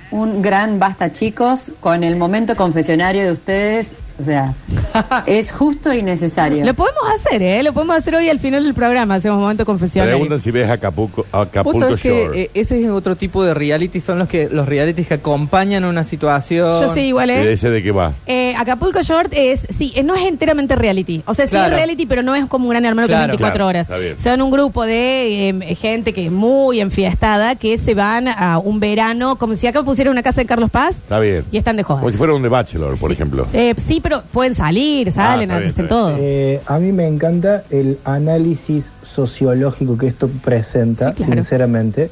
[SPEAKER 8] un gran basta chicos con el momento confesionario de ustedes? O sea, es justo y necesario.
[SPEAKER 1] Lo podemos hacer, ¿eh? Lo podemos hacer hoy al final del programa. Hacemos momento confesional.
[SPEAKER 2] Preguntan si ves Acapulco,
[SPEAKER 3] Vos
[SPEAKER 2] Acapulco
[SPEAKER 3] sabés
[SPEAKER 2] Shore.
[SPEAKER 3] que eh, ese es otro tipo de reality, son los que los realities que acompañan una situación.
[SPEAKER 1] Yo sí, igual,
[SPEAKER 2] ¿Y de
[SPEAKER 1] ¿eh?
[SPEAKER 2] ese de qué va?
[SPEAKER 1] Eh, Acapulco Short es, sí, eh, no es enteramente reality. O sea, sí
[SPEAKER 3] Claro.
[SPEAKER 1] es reality, pero no es como un gran hermano
[SPEAKER 3] Claro.
[SPEAKER 1] que es 24
[SPEAKER 2] Claro,
[SPEAKER 1] horas.
[SPEAKER 2] está bien.
[SPEAKER 1] Son un grupo de eh, gente que es muy enfiestada, que se van a un verano, como si acá pusiera una casa de Carlos Paz
[SPEAKER 2] Está bien.
[SPEAKER 1] y están de joda.
[SPEAKER 2] Como si fuera un The Bachelor, por
[SPEAKER 1] Sí.
[SPEAKER 2] ejemplo. Ah,
[SPEAKER 1] Eh, sí, pero pueden salir, salen,
[SPEAKER 2] está bien,
[SPEAKER 1] hacen
[SPEAKER 2] está
[SPEAKER 3] Ah.
[SPEAKER 1] todo.
[SPEAKER 9] Eh, a mí me encanta el análisis sociológico que esto presenta,
[SPEAKER 1] Sí, claro.
[SPEAKER 9] sinceramente.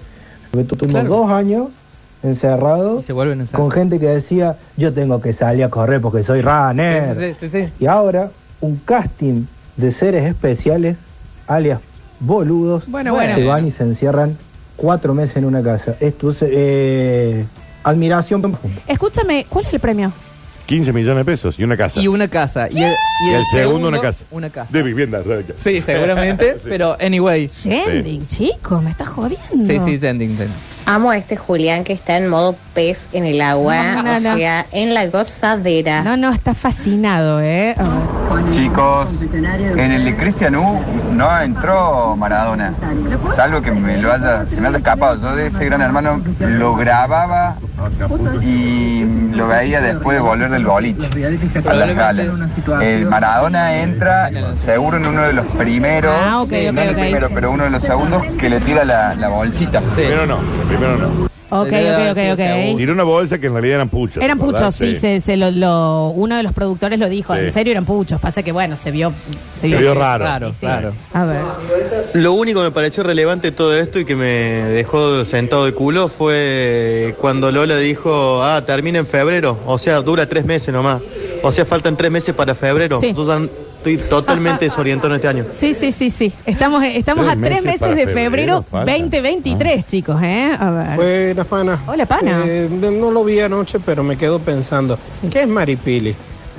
[SPEAKER 9] Porque tú tuvimos
[SPEAKER 3] Claro.
[SPEAKER 9] dos años encerrado
[SPEAKER 3] Y se vuelven a encerrar.
[SPEAKER 9] con gente que decía, yo tengo que salir a correr porque soy runner.
[SPEAKER 3] Sí, sí, sí, sí.
[SPEAKER 9] Y ahora, un casting de seres especiales, alias boludos,
[SPEAKER 1] Bueno,
[SPEAKER 9] se
[SPEAKER 1] bueno.
[SPEAKER 9] van y se encierran cuatro meses en una casa. Esto es eh, admiración.
[SPEAKER 1] Escúchame, ¿cuál es el premio?
[SPEAKER 2] 15 millones de pesos y una casa.
[SPEAKER 3] Y una casa. Y el, y
[SPEAKER 2] Y
[SPEAKER 3] el
[SPEAKER 2] el segundo, una casa.
[SPEAKER 3] Una casa.
[SPEAKER 2] De vivienda. radical.
[SPEAKER 3] Sí, seguramente,
[SPEAKER 2] Sí.
[SPEAKER 3] pero anyway.
[SPEAKER 1] Shending, chico, me estás jodiendo.
[SPEAKER 3] Sí, sí, Zending, Zending.
[SPEAKER 10] Amo a este Julián que está en modo pez en el agua,
[SPEAKER 1] No, no,
[SPEAKER 10] o
[SPEAKER 1] no.
[SPEAKER 10] sea, en la gozadera.
[SPEAKER 1] No, no, está fascinado, ¿eh? Oh.
[SPEAKER 11] Chicos, en el de Cristian U no entró Maradona, salvo que me lo haya, se me haya escapado. Yo de ese gran hermano lo grababa y lo veía después de volver del boliche a las galas. El Maradona entra seguro en uno de los primeros,
[SPEAKER 1] Ah, ok, ok,
[SPEAKER 11] no en el
[SPEAKER 1] ok.
[SPEAKER 11] primero, pero uno de los segundos que le tira la, la bolsita.
[SPEAKER 2] Primero no, primero no.
[SPEAKER 1] Ok, ok,
[SPEAKER 3] Debe haber
[SPEAKER 1] ok,
[SPEAKER 3] sido
[SPEAKER 1] ok.
[SPEAKER 3] seguro.
[SPEAKER 2] Tiró una bolsa que en realidad eran puchos.
[SPEAKER 1] Eran
[SPEAKER 2] ¿verdad?
[SPEAKER 1] puchos, sí, se, se lo, lo- uno de los productores lo dijo,
[SPEAKER 2] Sí.
[SPEAKER 1] en serio eran puchos, pasa que bueno, se vio...
[SPEAKER 2] Se vio raro.
[SPEAKER 3] Claro, claro.
[SPEAKER 1] A ver,
[SPEAKER 12] Lo único que me pareció relevante de todo esto y que me dejó sentado de culo fue cuando Lola dijo, ah, termina en febrero, o sea, dura tres meses nomás, o sea, faltan tres meses para febrero.
[SPEAKER 1] Sí.
[SPEAKER 12] Yo ya estoy totalmente desorientado en este año.
[SPEAKER 1] sí, sí, sí, sí, estamos, estamos
[SPEAKER 2] Tres
[SPEAKER 1] a tres
[SPEAKER 2] meses para
[SPEAKER 1] meses de febrero
[SPEAKER 2] febrero, Ah. falta.
[SPEAKER 1] 2023, chicos, ¿eh? A ver.
[SPEAKER 13] Buenas, pana.
[SPEAKER 1] Hola, pana.
[SPEAKER 13] Eh, no lo vi anoche, pero me quedo pensando. ¿Qué es Maripili? Eh,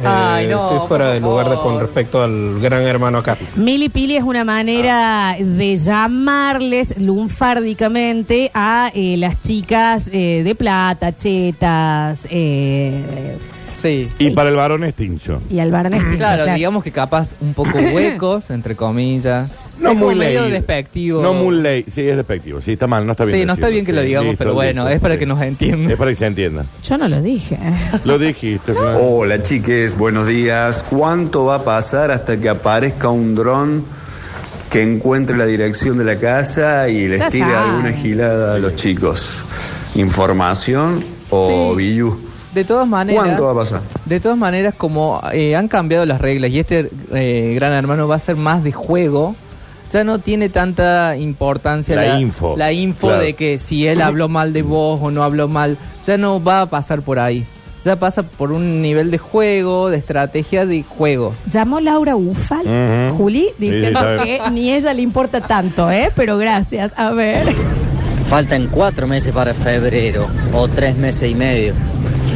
[SPEAKER 3] Ay, no,
[SPEAKER 13] estoy fuera
[SPEAKER 3] por
[SPEAKER 13] de lugar de- con
[SPEAKER 3] favor.
[SPEAKER 13] respecto al gran hermano acá.
[SPEAKER 1] Mili Pili es una manera de llamarles lunfárdicamente a eh, las chicas eh, de plata, chetas eh,
[SPEAKER 3] Sí.
[SPEAKER 2] Y para el varón es tincho.
[SPEAKER 1] y al varón
[SPEAKER 3] Claro,
[SPEAKER 1] estincho, claro.
[SPEAKER 3] digamos que capaz un poco huecos, entre comillas.
[SPEAKER 2] No
[SPEAKER 3] Es como
[SPEAKER 2] muy
[SPEAKER 3] medio
[SPEAKER 2] ley.
[SPEAKER 3] despectivo.
[SPEAKER 2] No muy ley. Sí, es despectivo. Sí, está mal, no está bien.
[SPEAKER 3] Sí, no está
[SPEAKER 2] decirlo.
[SPEAKER 3] bien que lo
[SPEAKER 2] Sí,
[SPEAKER 3] digamos,
[SPEAKER 2] listo,
[SPEAKER 3] pero bueno,
[SPEAKER 2] listo,
[SPEAKER 3] es para
[SPEAKER 2] sí.
[SPEAKER 3] que nos entiendan.
[SPEAKER 2] Es para que se entienda.
[SPEAKER 1] Yo no lo dije. ¿eh?
[SPEAKER 2] Lo dijiste,
[SPEAKER 3] Oh,
[SPEAKER 2] Fernando.
[SPEAKER 14] Hola chiques, buenos días. ¿Cuánto va a pasar hasta que aparezca un dron que encuentre la dirección de la casa y les
[SPEAKER 1] Ya
[SPEAKER 14] tire
[SPEAKER 1] saben.
[SPEAKER 14] alguna gilada a los chicos? ¿Información o
[SPEAKER 3] Sí.
[SPEAKER 14] billu?
[SPEAKER 3] De todas maneras.
[SPEAKER 14] ¿Cuánto va a pasar?
[SPEAKER 3] De todas maneras, como eh, han cambiado las reglas y este eh, gran hermano va a ser más de juego, ya no tiene tanta importancia
[SPEAKER 2] La info.
[SPEAKER 3] La info
[SPEAKER 2] Claro.
[SPEAKER 3] de que si él habló mal de vos o no habló mal, ya no va a pasar por ahí. Ya pasa por un nivel de juego, de estrategia de juego.
[SPEAKER 1] Llamó Laura Ufal,
[SPEAKER 2] Ujú.
[SPEAKER 1] Juli,
[SPEAKER 2] Sí,
[SPEAKER 1] diciendo
[SPEAKER 2] sabe.
[SPEAKER 1] que ni ella le importa tanto, ¿eh? Pero gracias. A ver.
[SPEAKER 15] Faltan cuatro meses para febrero o tres meses y medio.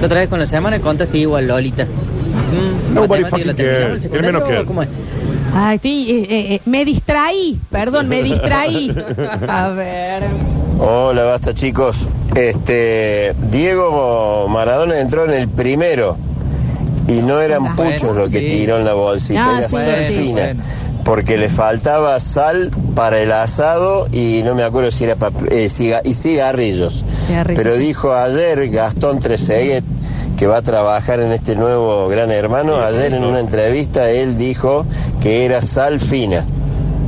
[SPEAKER 15] La otra vez con la semana contaste igual, Lolita. Mm,
[SPEAKER 2] Nobody
[SPEAKER 15] matemática,
[SPEAKER 2] fucking
[SPEAKER 15] ¿la terminamos el
[SPEAKER 2] cares.
[SPEAKER 15] secundario
[SPEAKER 2] El menos
[SPEAKER 15] o
[SPEAKER 2] care.
[SPEAKER 15] cómo es?
[SPEAKER 1] Ay, ti- eh, eh, eh, me distraí. Perdón, me distraí. A ver.
[SPEAKER 16] Hola, basta chicos. Este Diego Maradona entró en el primero y no eran
[SPEAKER 1] Bueno,
[SPEAKER 16] puchos los que
[SPEAKER 1] sí.
[SPEAKER 16] tiró en la bolsita,
[SPEAKER 1] Ah,
[SPEAKER 16] era
[SPEAKER 1] sí,
[SPEAKER 16] salsina,
[SPEAKER 1] bueno,
[SPEAKER 16] porque le faltaba sal para el asado y no me acuerdo si era pap- eh, ciga- y cigarrillos.
[SPEAKER 1] Cigarrillos.
[SPEAKER 16] Pero dijo ayer Gastón Treseguet que va a trabajar en este nuevo gran hermano, ayer en una entrevista él dijo que era sal fina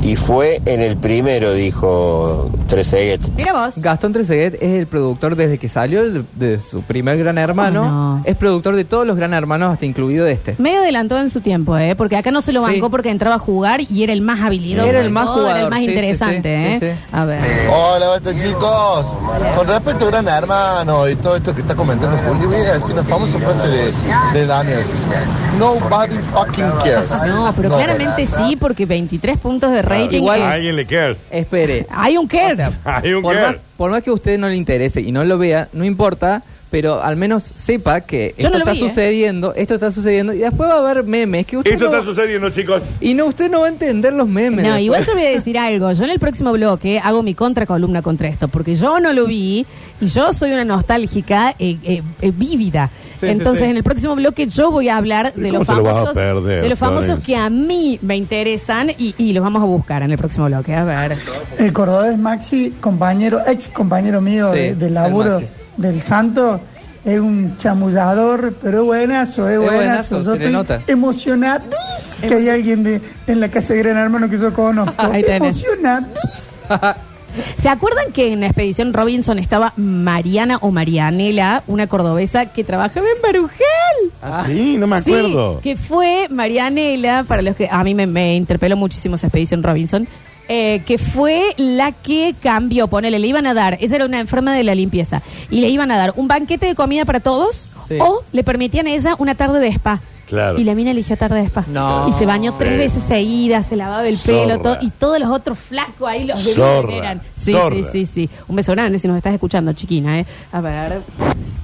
[SPEAKER 16] y fue en el primero, dijo Treseguet.
[SPEAKER 1] Mira vos.
[SPEAKER 3] Gastón Treseguet es el productor desde que salió el- de su primer gran hermano.
[SPEAKER 1] Oh, no.
[SPEAKER 3] Es productor de todos los gran hermanos, hasta incluido de este.
[SPEAKER 1] Medio adelantó en su tiempo, ¿eh? Porque acá no se lo
[SPEAKER 3] Sí.
[SPEAKER 1] bancó porque entraba a jugar y era el más habilidoso.
[SPEAKER 3] Era el
[SPEAKER 1] de
[SPEAKER 3] más
[SPEAKER 1] todo, Era el
[SPEAKER 3] jugador,
[SPEAKER 1] más
[SPEAKER 3] sí, sí,
[SPEAKER 1] interesante,
[SPEAKER 3] sí,
[SPEAKER 1] ¿eh?
[SPEAKER 3] sí, sí.
[SPEAKER 1] A ver.
[SPEAKER 17] Hola, basta chicos. Con respecto a Gran Hermano y todo esto que está comentando Julio, voy a decir una famosa frase de, de Daniels. Nobody fucking cares.
[SPEAKER 1] No, pero
[SPEAKER 17] No,
[SPEAKER 1] claramente sí, porque 23 puntos de rating.
[SPEAKER 3] Igual-
[SPEAKER 1] es-
[SPEAKER 2] ¿A alguien le cares?
[SPEAKER 3] Espere.
[SPEAKER 1] Hay un care.
[SPEAKER 2] Hay un
[SPEAKER 3] por,
[SPEAKER 2] care.
[SPEAKER 3] más, por más que a usted no le interese y no lo vea, no importa, pero al menos sepa que
[SPEAKER 1] Yo
[SPEAKER 3] esto
[SPEAKER 1] no lo
[SPEAKER 3] está
[SPEAKER 1] vi, ¿eh?
[SPEAKER 3] sucediendo, esto está sucediendo y después va a haber memes que usted
[SPEAKER 2] Esto
[SPEAKER 3] no-
[SPEAKER 2] está sucediendo, chicos.
[SPEAKER 3] y no usted no va a entender los memes.
[SPEAKER 1] No,
[SPEAKER 3] después.
[SPEAKER 1] igual yo voy a decir algo. Yo en el próximo bloque hago mi contracolumna contra esto, porque yo no lo vi y yo soy una nostálgica eh, eh, eh, vívida.
[SPEAKER 3] Sí,
[SPEAKER 1] Entonces,
[SPEAKER 3] sí, sí.
[SPEAKER 1] en el próximo bloque yo voy a hablar de
[SPEAKER 2] ¿Cómo
[SPEAKER 1] los
[SPEAKER 2] te lo vas a
[SPEAKER 1] famosos,
[SPEAKER 2] perder,
[SPEAKER 1] de los famosos
[SPEAKER 2] Florencia?
[SPEAKER 1] que a mí me interesan y, y los vamos a buscar en el próximo bloque. A ver.
[SPEAKER 18] El cordobés Maxi, compañero, ex compañero mío
[SPEAKER 3] Sí,
[SPEAKER 18] de-
[SPEAKER 3] el
[SPEAKER 18] del laburo
[SPEAKER 3] Maxi.
[SPEAKER 18] del Santo, es un chamullador, pero es buenazo, es
[SPEAKER 3] Es
[SPEAKER 18] buenazo.
[SPEAKER 3] buenazo,
[SPEAKER 18] Yo
[SPEAKER 3] se le
[SPEAKER 18] estoy
[SPEAKER 3] nota.
[SPEAKER 18] emocionadís que hay alguien de, en la casa de Gran Hermano que yo conozco.
[SPEAKER 1] Ahí tenés.
[SPEAKER 18] Emocionadís.
[SPEAKER 1] ¿Se acuerdan que en la expedición Robinson estaba Mariana o Marianela, una cordobesa que trabajaba en Barujel?
[SPEAKER 2] Ah, sí, no me
[SPEAKER 1] Sí,
[SPEAKER 2] acuerdo.
[SPEAKER 1] que fue Marianela, para los que a mí me, me interpeló muchísimo esa expedición Robinson, eh, que fue la que cambió, ponele, le iban a dar, ella era una enferma de la limpieza, y le iban a dar un banquete de comida para todos
[SPEAKER 3] Sí.
[SPEAKER 1] o le permitían a ella una tarde de spa.
[SPEAKER 2] Claro.
[SPEAKER 1] Y la mina eligió tarde de spa.
[SPEAKER 3] No.
[SPEAKER 1] Y se bañó tres
[SPEAKER 2] Sí.
[SPEAKER 1] veces seguidas, se lavaba el
[SPEAKER 2] Zorra.
[SPEAKER 1] pelo, todo, y todos los otros flacos ahí los
[SPEAKER 2] Zorra.
[SPEAKER 1] eran. Sí,
[SPEAKER 2] Zorra.
[SPEAKER 1] sí, sí, sí. Un beso grande si nos estás escuchando, chiquina, ¿eh? A ver.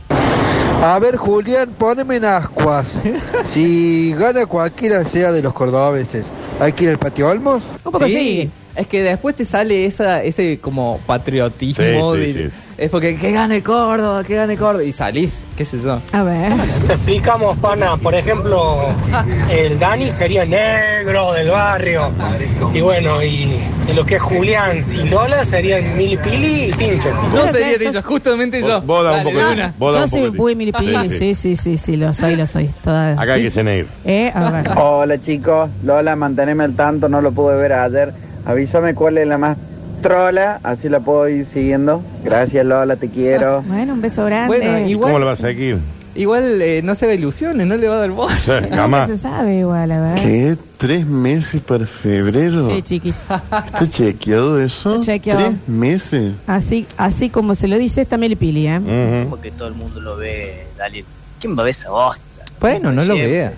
[SPEAKER 19] A ver, Julián, poneme en ascuas. Si gana cualquiera sea de los cordobeses, ¿hay que ir al patio Olmos?
[SPEAKER 1] Un poco
[SPEAKER 3] Sí.
[SPEAKER 1] sí.
[SPEAKER 3] Es que después te sale esa, ese como patriotismo.
[SPEAKER 2] Sí,
[SPEAKER 3] de-
[SPEAKER 2] sí, sí.
[SPEAKER 3] Es porque que gane Córdoba, que gane Córdoba. Y salís, qué sé yo.
[SPEAKER 1] A ver.
[SPEAKER 20] Te explicamos, pana. Por ejemplo, el Dani sería negro del barrio. Y bueno, y, y lo que es Julián y Lola serían Milipili y Tincho.
[SPEAKER 3] Yo sería dicho, justamente yo.
[SPEAKER 2] vos da un poco de- vos da
[SPEAKER 1] Yo
[SPEAKER 2] un
[SPEAKER 1] soy
[SPEAKER 2] poco de-
[SPEAKER 1] muy milipili,
[SPEAKER 2] Sí,
[SPEAKER 1] sí, sí, sí, sí, lo soy, lo soy. Toda,
[SPEAKER 2] Acá hay
[SPEAKER 1] sí.
[SPEAKER 2] que ser negro.
[SPEAKER 1] Eh, a ver.
[SPEAKER 11] Oh.
[SPEAKER 5] Hola chicos, Lola, manteneme al tanto, no lo pude ver ayer. Avísame cuál es la más trola, así la puedo ir siguiendo. Gracias Lola, te quiero.
[SPEAKER 1] Bueno, un beso grande. Eh,
[SPEAKER 3] Bueno,
[SPEAKER 2] ¿Y
[SPEAKER 3] igual-
[SPEAKER 2] cómo lo vas a seguir?
[SPEAKER 3] Igual eh, no se ve ilusiones, no le va a dar voz.
[SPEAKER 2] Sí, jamás.
[SPEAKER 1] eh, se sabe igual, a ver.
[SPEAKER 7] ¿Qué? ¿Tres meses para febrero?
[SPEAKER 1] Sí, chiquis.
[SPEAKER 7] ¿Está chequeado eso?
[SPEAKER 1] Está chequeado.
[SPEAKER 7] ¿Tres meses?
[SPEAKER 1] Así, así como se lo dice esta milipili, ¿eh?
[SPEAKER 21] Como que todo el mundo lo ve, Dalil. ¿Quién va a ver esa bosta?
[SPEAKER 3] Bueno, no lo vea.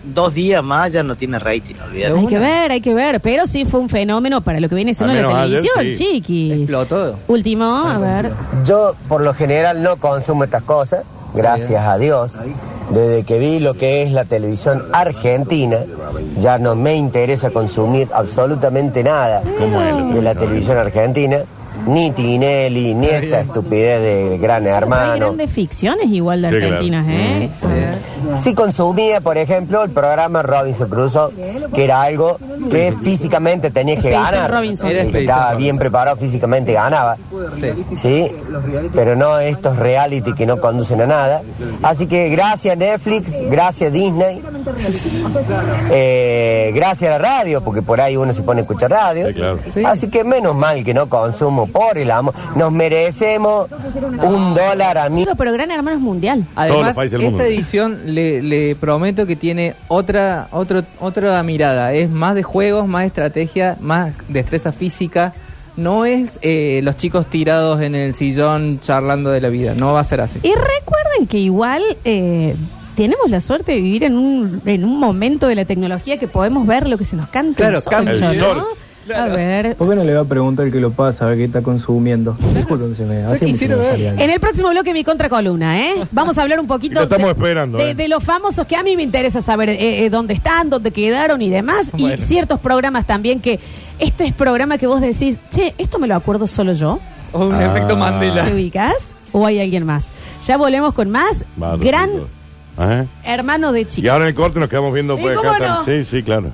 [SPEAKER 21] Dos días más ya no tiene rating, olvídate.
[SPEAKER 1] Hay que ver, hay que ver. Pero sí fue un fenómeno para lo que viene siendo
[SPEAKER 21] Al
[SPEAKER 1] la
[SPEAKER 21] menos ayer,
[SPEAKER 1] televisión,
[SPEAKER 21] sí.
[SPEAKER 1] chiquis.
[SPEAKER 3] Explotó.
[SPEAKER 1] Último, a ver.
[SPEAKER 16] Yo por lo general no consumo estas cosas, gracias a Dios. Desde que vi lo que es la televisión argentina, ya no me interesa consumir absolutamente nada de la televisión argentina. Ni Tinelli, ni esta estupidez de Gran
[SPEAKER 1] Hay
[SPEAKER 16] Hermano.
[SPEAKER 1] grandes ficciones igual de
[SPEAKER 16] Sí, claro.
[SPEAKER 1] argentinas, ¿eh?
[SPEAKER 16] Sí consumía, por ejemplo, el programa Robinson Crusoe, que era algo que físicamente tenías que
[SPEAKER 1] Expedición
[SPEAKER 16] ganar.
[SPEAKER 1] Robinson. Era
[SPEAKER 16] El que
[SPEAKER 1] Expedición
[SPEAKER 16] estaba
[SPEAKER 1] Robinson.
[SPEAKER 16] bien preparado físicamente ganaba. Sí, pero no estos reality que no conducen a nada. Así que gracias Netflix, gracias Disney, eh, gracias a la radio, porque por ahí uno se pone a escuchar radio. Así que menos mal que no consumo, por el amor. Nos merecemos un dólar a mí.
[SPEAKER 1] Chico, pero Gran Hermano es mundial.
[SPEAKER 3] Además, esta edición le, le prometo que tiene otra, otro, otra mirada. Es más de juegos, más de estrategia, más destreza física. No es eh, los chicos tirados en el sillón charlando de la vida. No va a ser así.
[SPEAKER 1] Y recuerden que igual eh, tenemos la suerte de vivir en un, en un momento de la tecnología que podemos ver lo que se nos canta.
[SPEAKER 9] Claro,
[SPEAKER 1] el
[SPEAKER 9] cambia
[SPEAKER 1] soncho,
[SPEAKER 9] el
[SPEAKER 1] ¿no?
[SPEAKER 9] soncho.
[SPEAKER 1] A ver.
[SPEAKER 9] ¿Por qué no le va a preguntar el que lo pasa, a ver qué está consumiendo? Discúlpense, me hace mucho que no salía.
[SPEAKER 1] En el próximo bloque mi contracolumna, ¿eh? Vamos a hablar un poquito
[SPEAKER 9] Lo estamos
[SPEAKER 1] de,
[SPEAKER 9] esperando,
[SPEAKER 1] de-
[SPEAKER 9] eh.
[SPEAKER 1] de los famosos que a mí me interesa saber eh, eh, dónde están, dónde quedaron y demás. Y
[SPEAKER 3] Bueno.
[SPEAKER 1] ciertos programas también que... Este es programa que vos decís, che, ¿esto me lo acuerdo solo yo?
[SPEAKER 3] O un efecto Mandela.
[SPEAKER 1] ¿Te ubicas? ¿O hay alguien más? Ya volvemos con más.
[SPEAKER 2] Barro,
[SPEAKER 1] Gran
[SPEAKER 2] Ajá.
[SPEAKER 1] hermano de
[SPEAKER 2] Y
[SPEAKER 1] chica.
[SPEAKER 2] ahora en el corte nos quedamos viendo.
[SPEAKER 1] ¿Y
[SPEAKER 2] Pues,
[SPEAKER 1] cómo
[SPEAKER 2] acá
[SPEAKER 1] no?
[SPEAKER 2] Sí, sí, claro.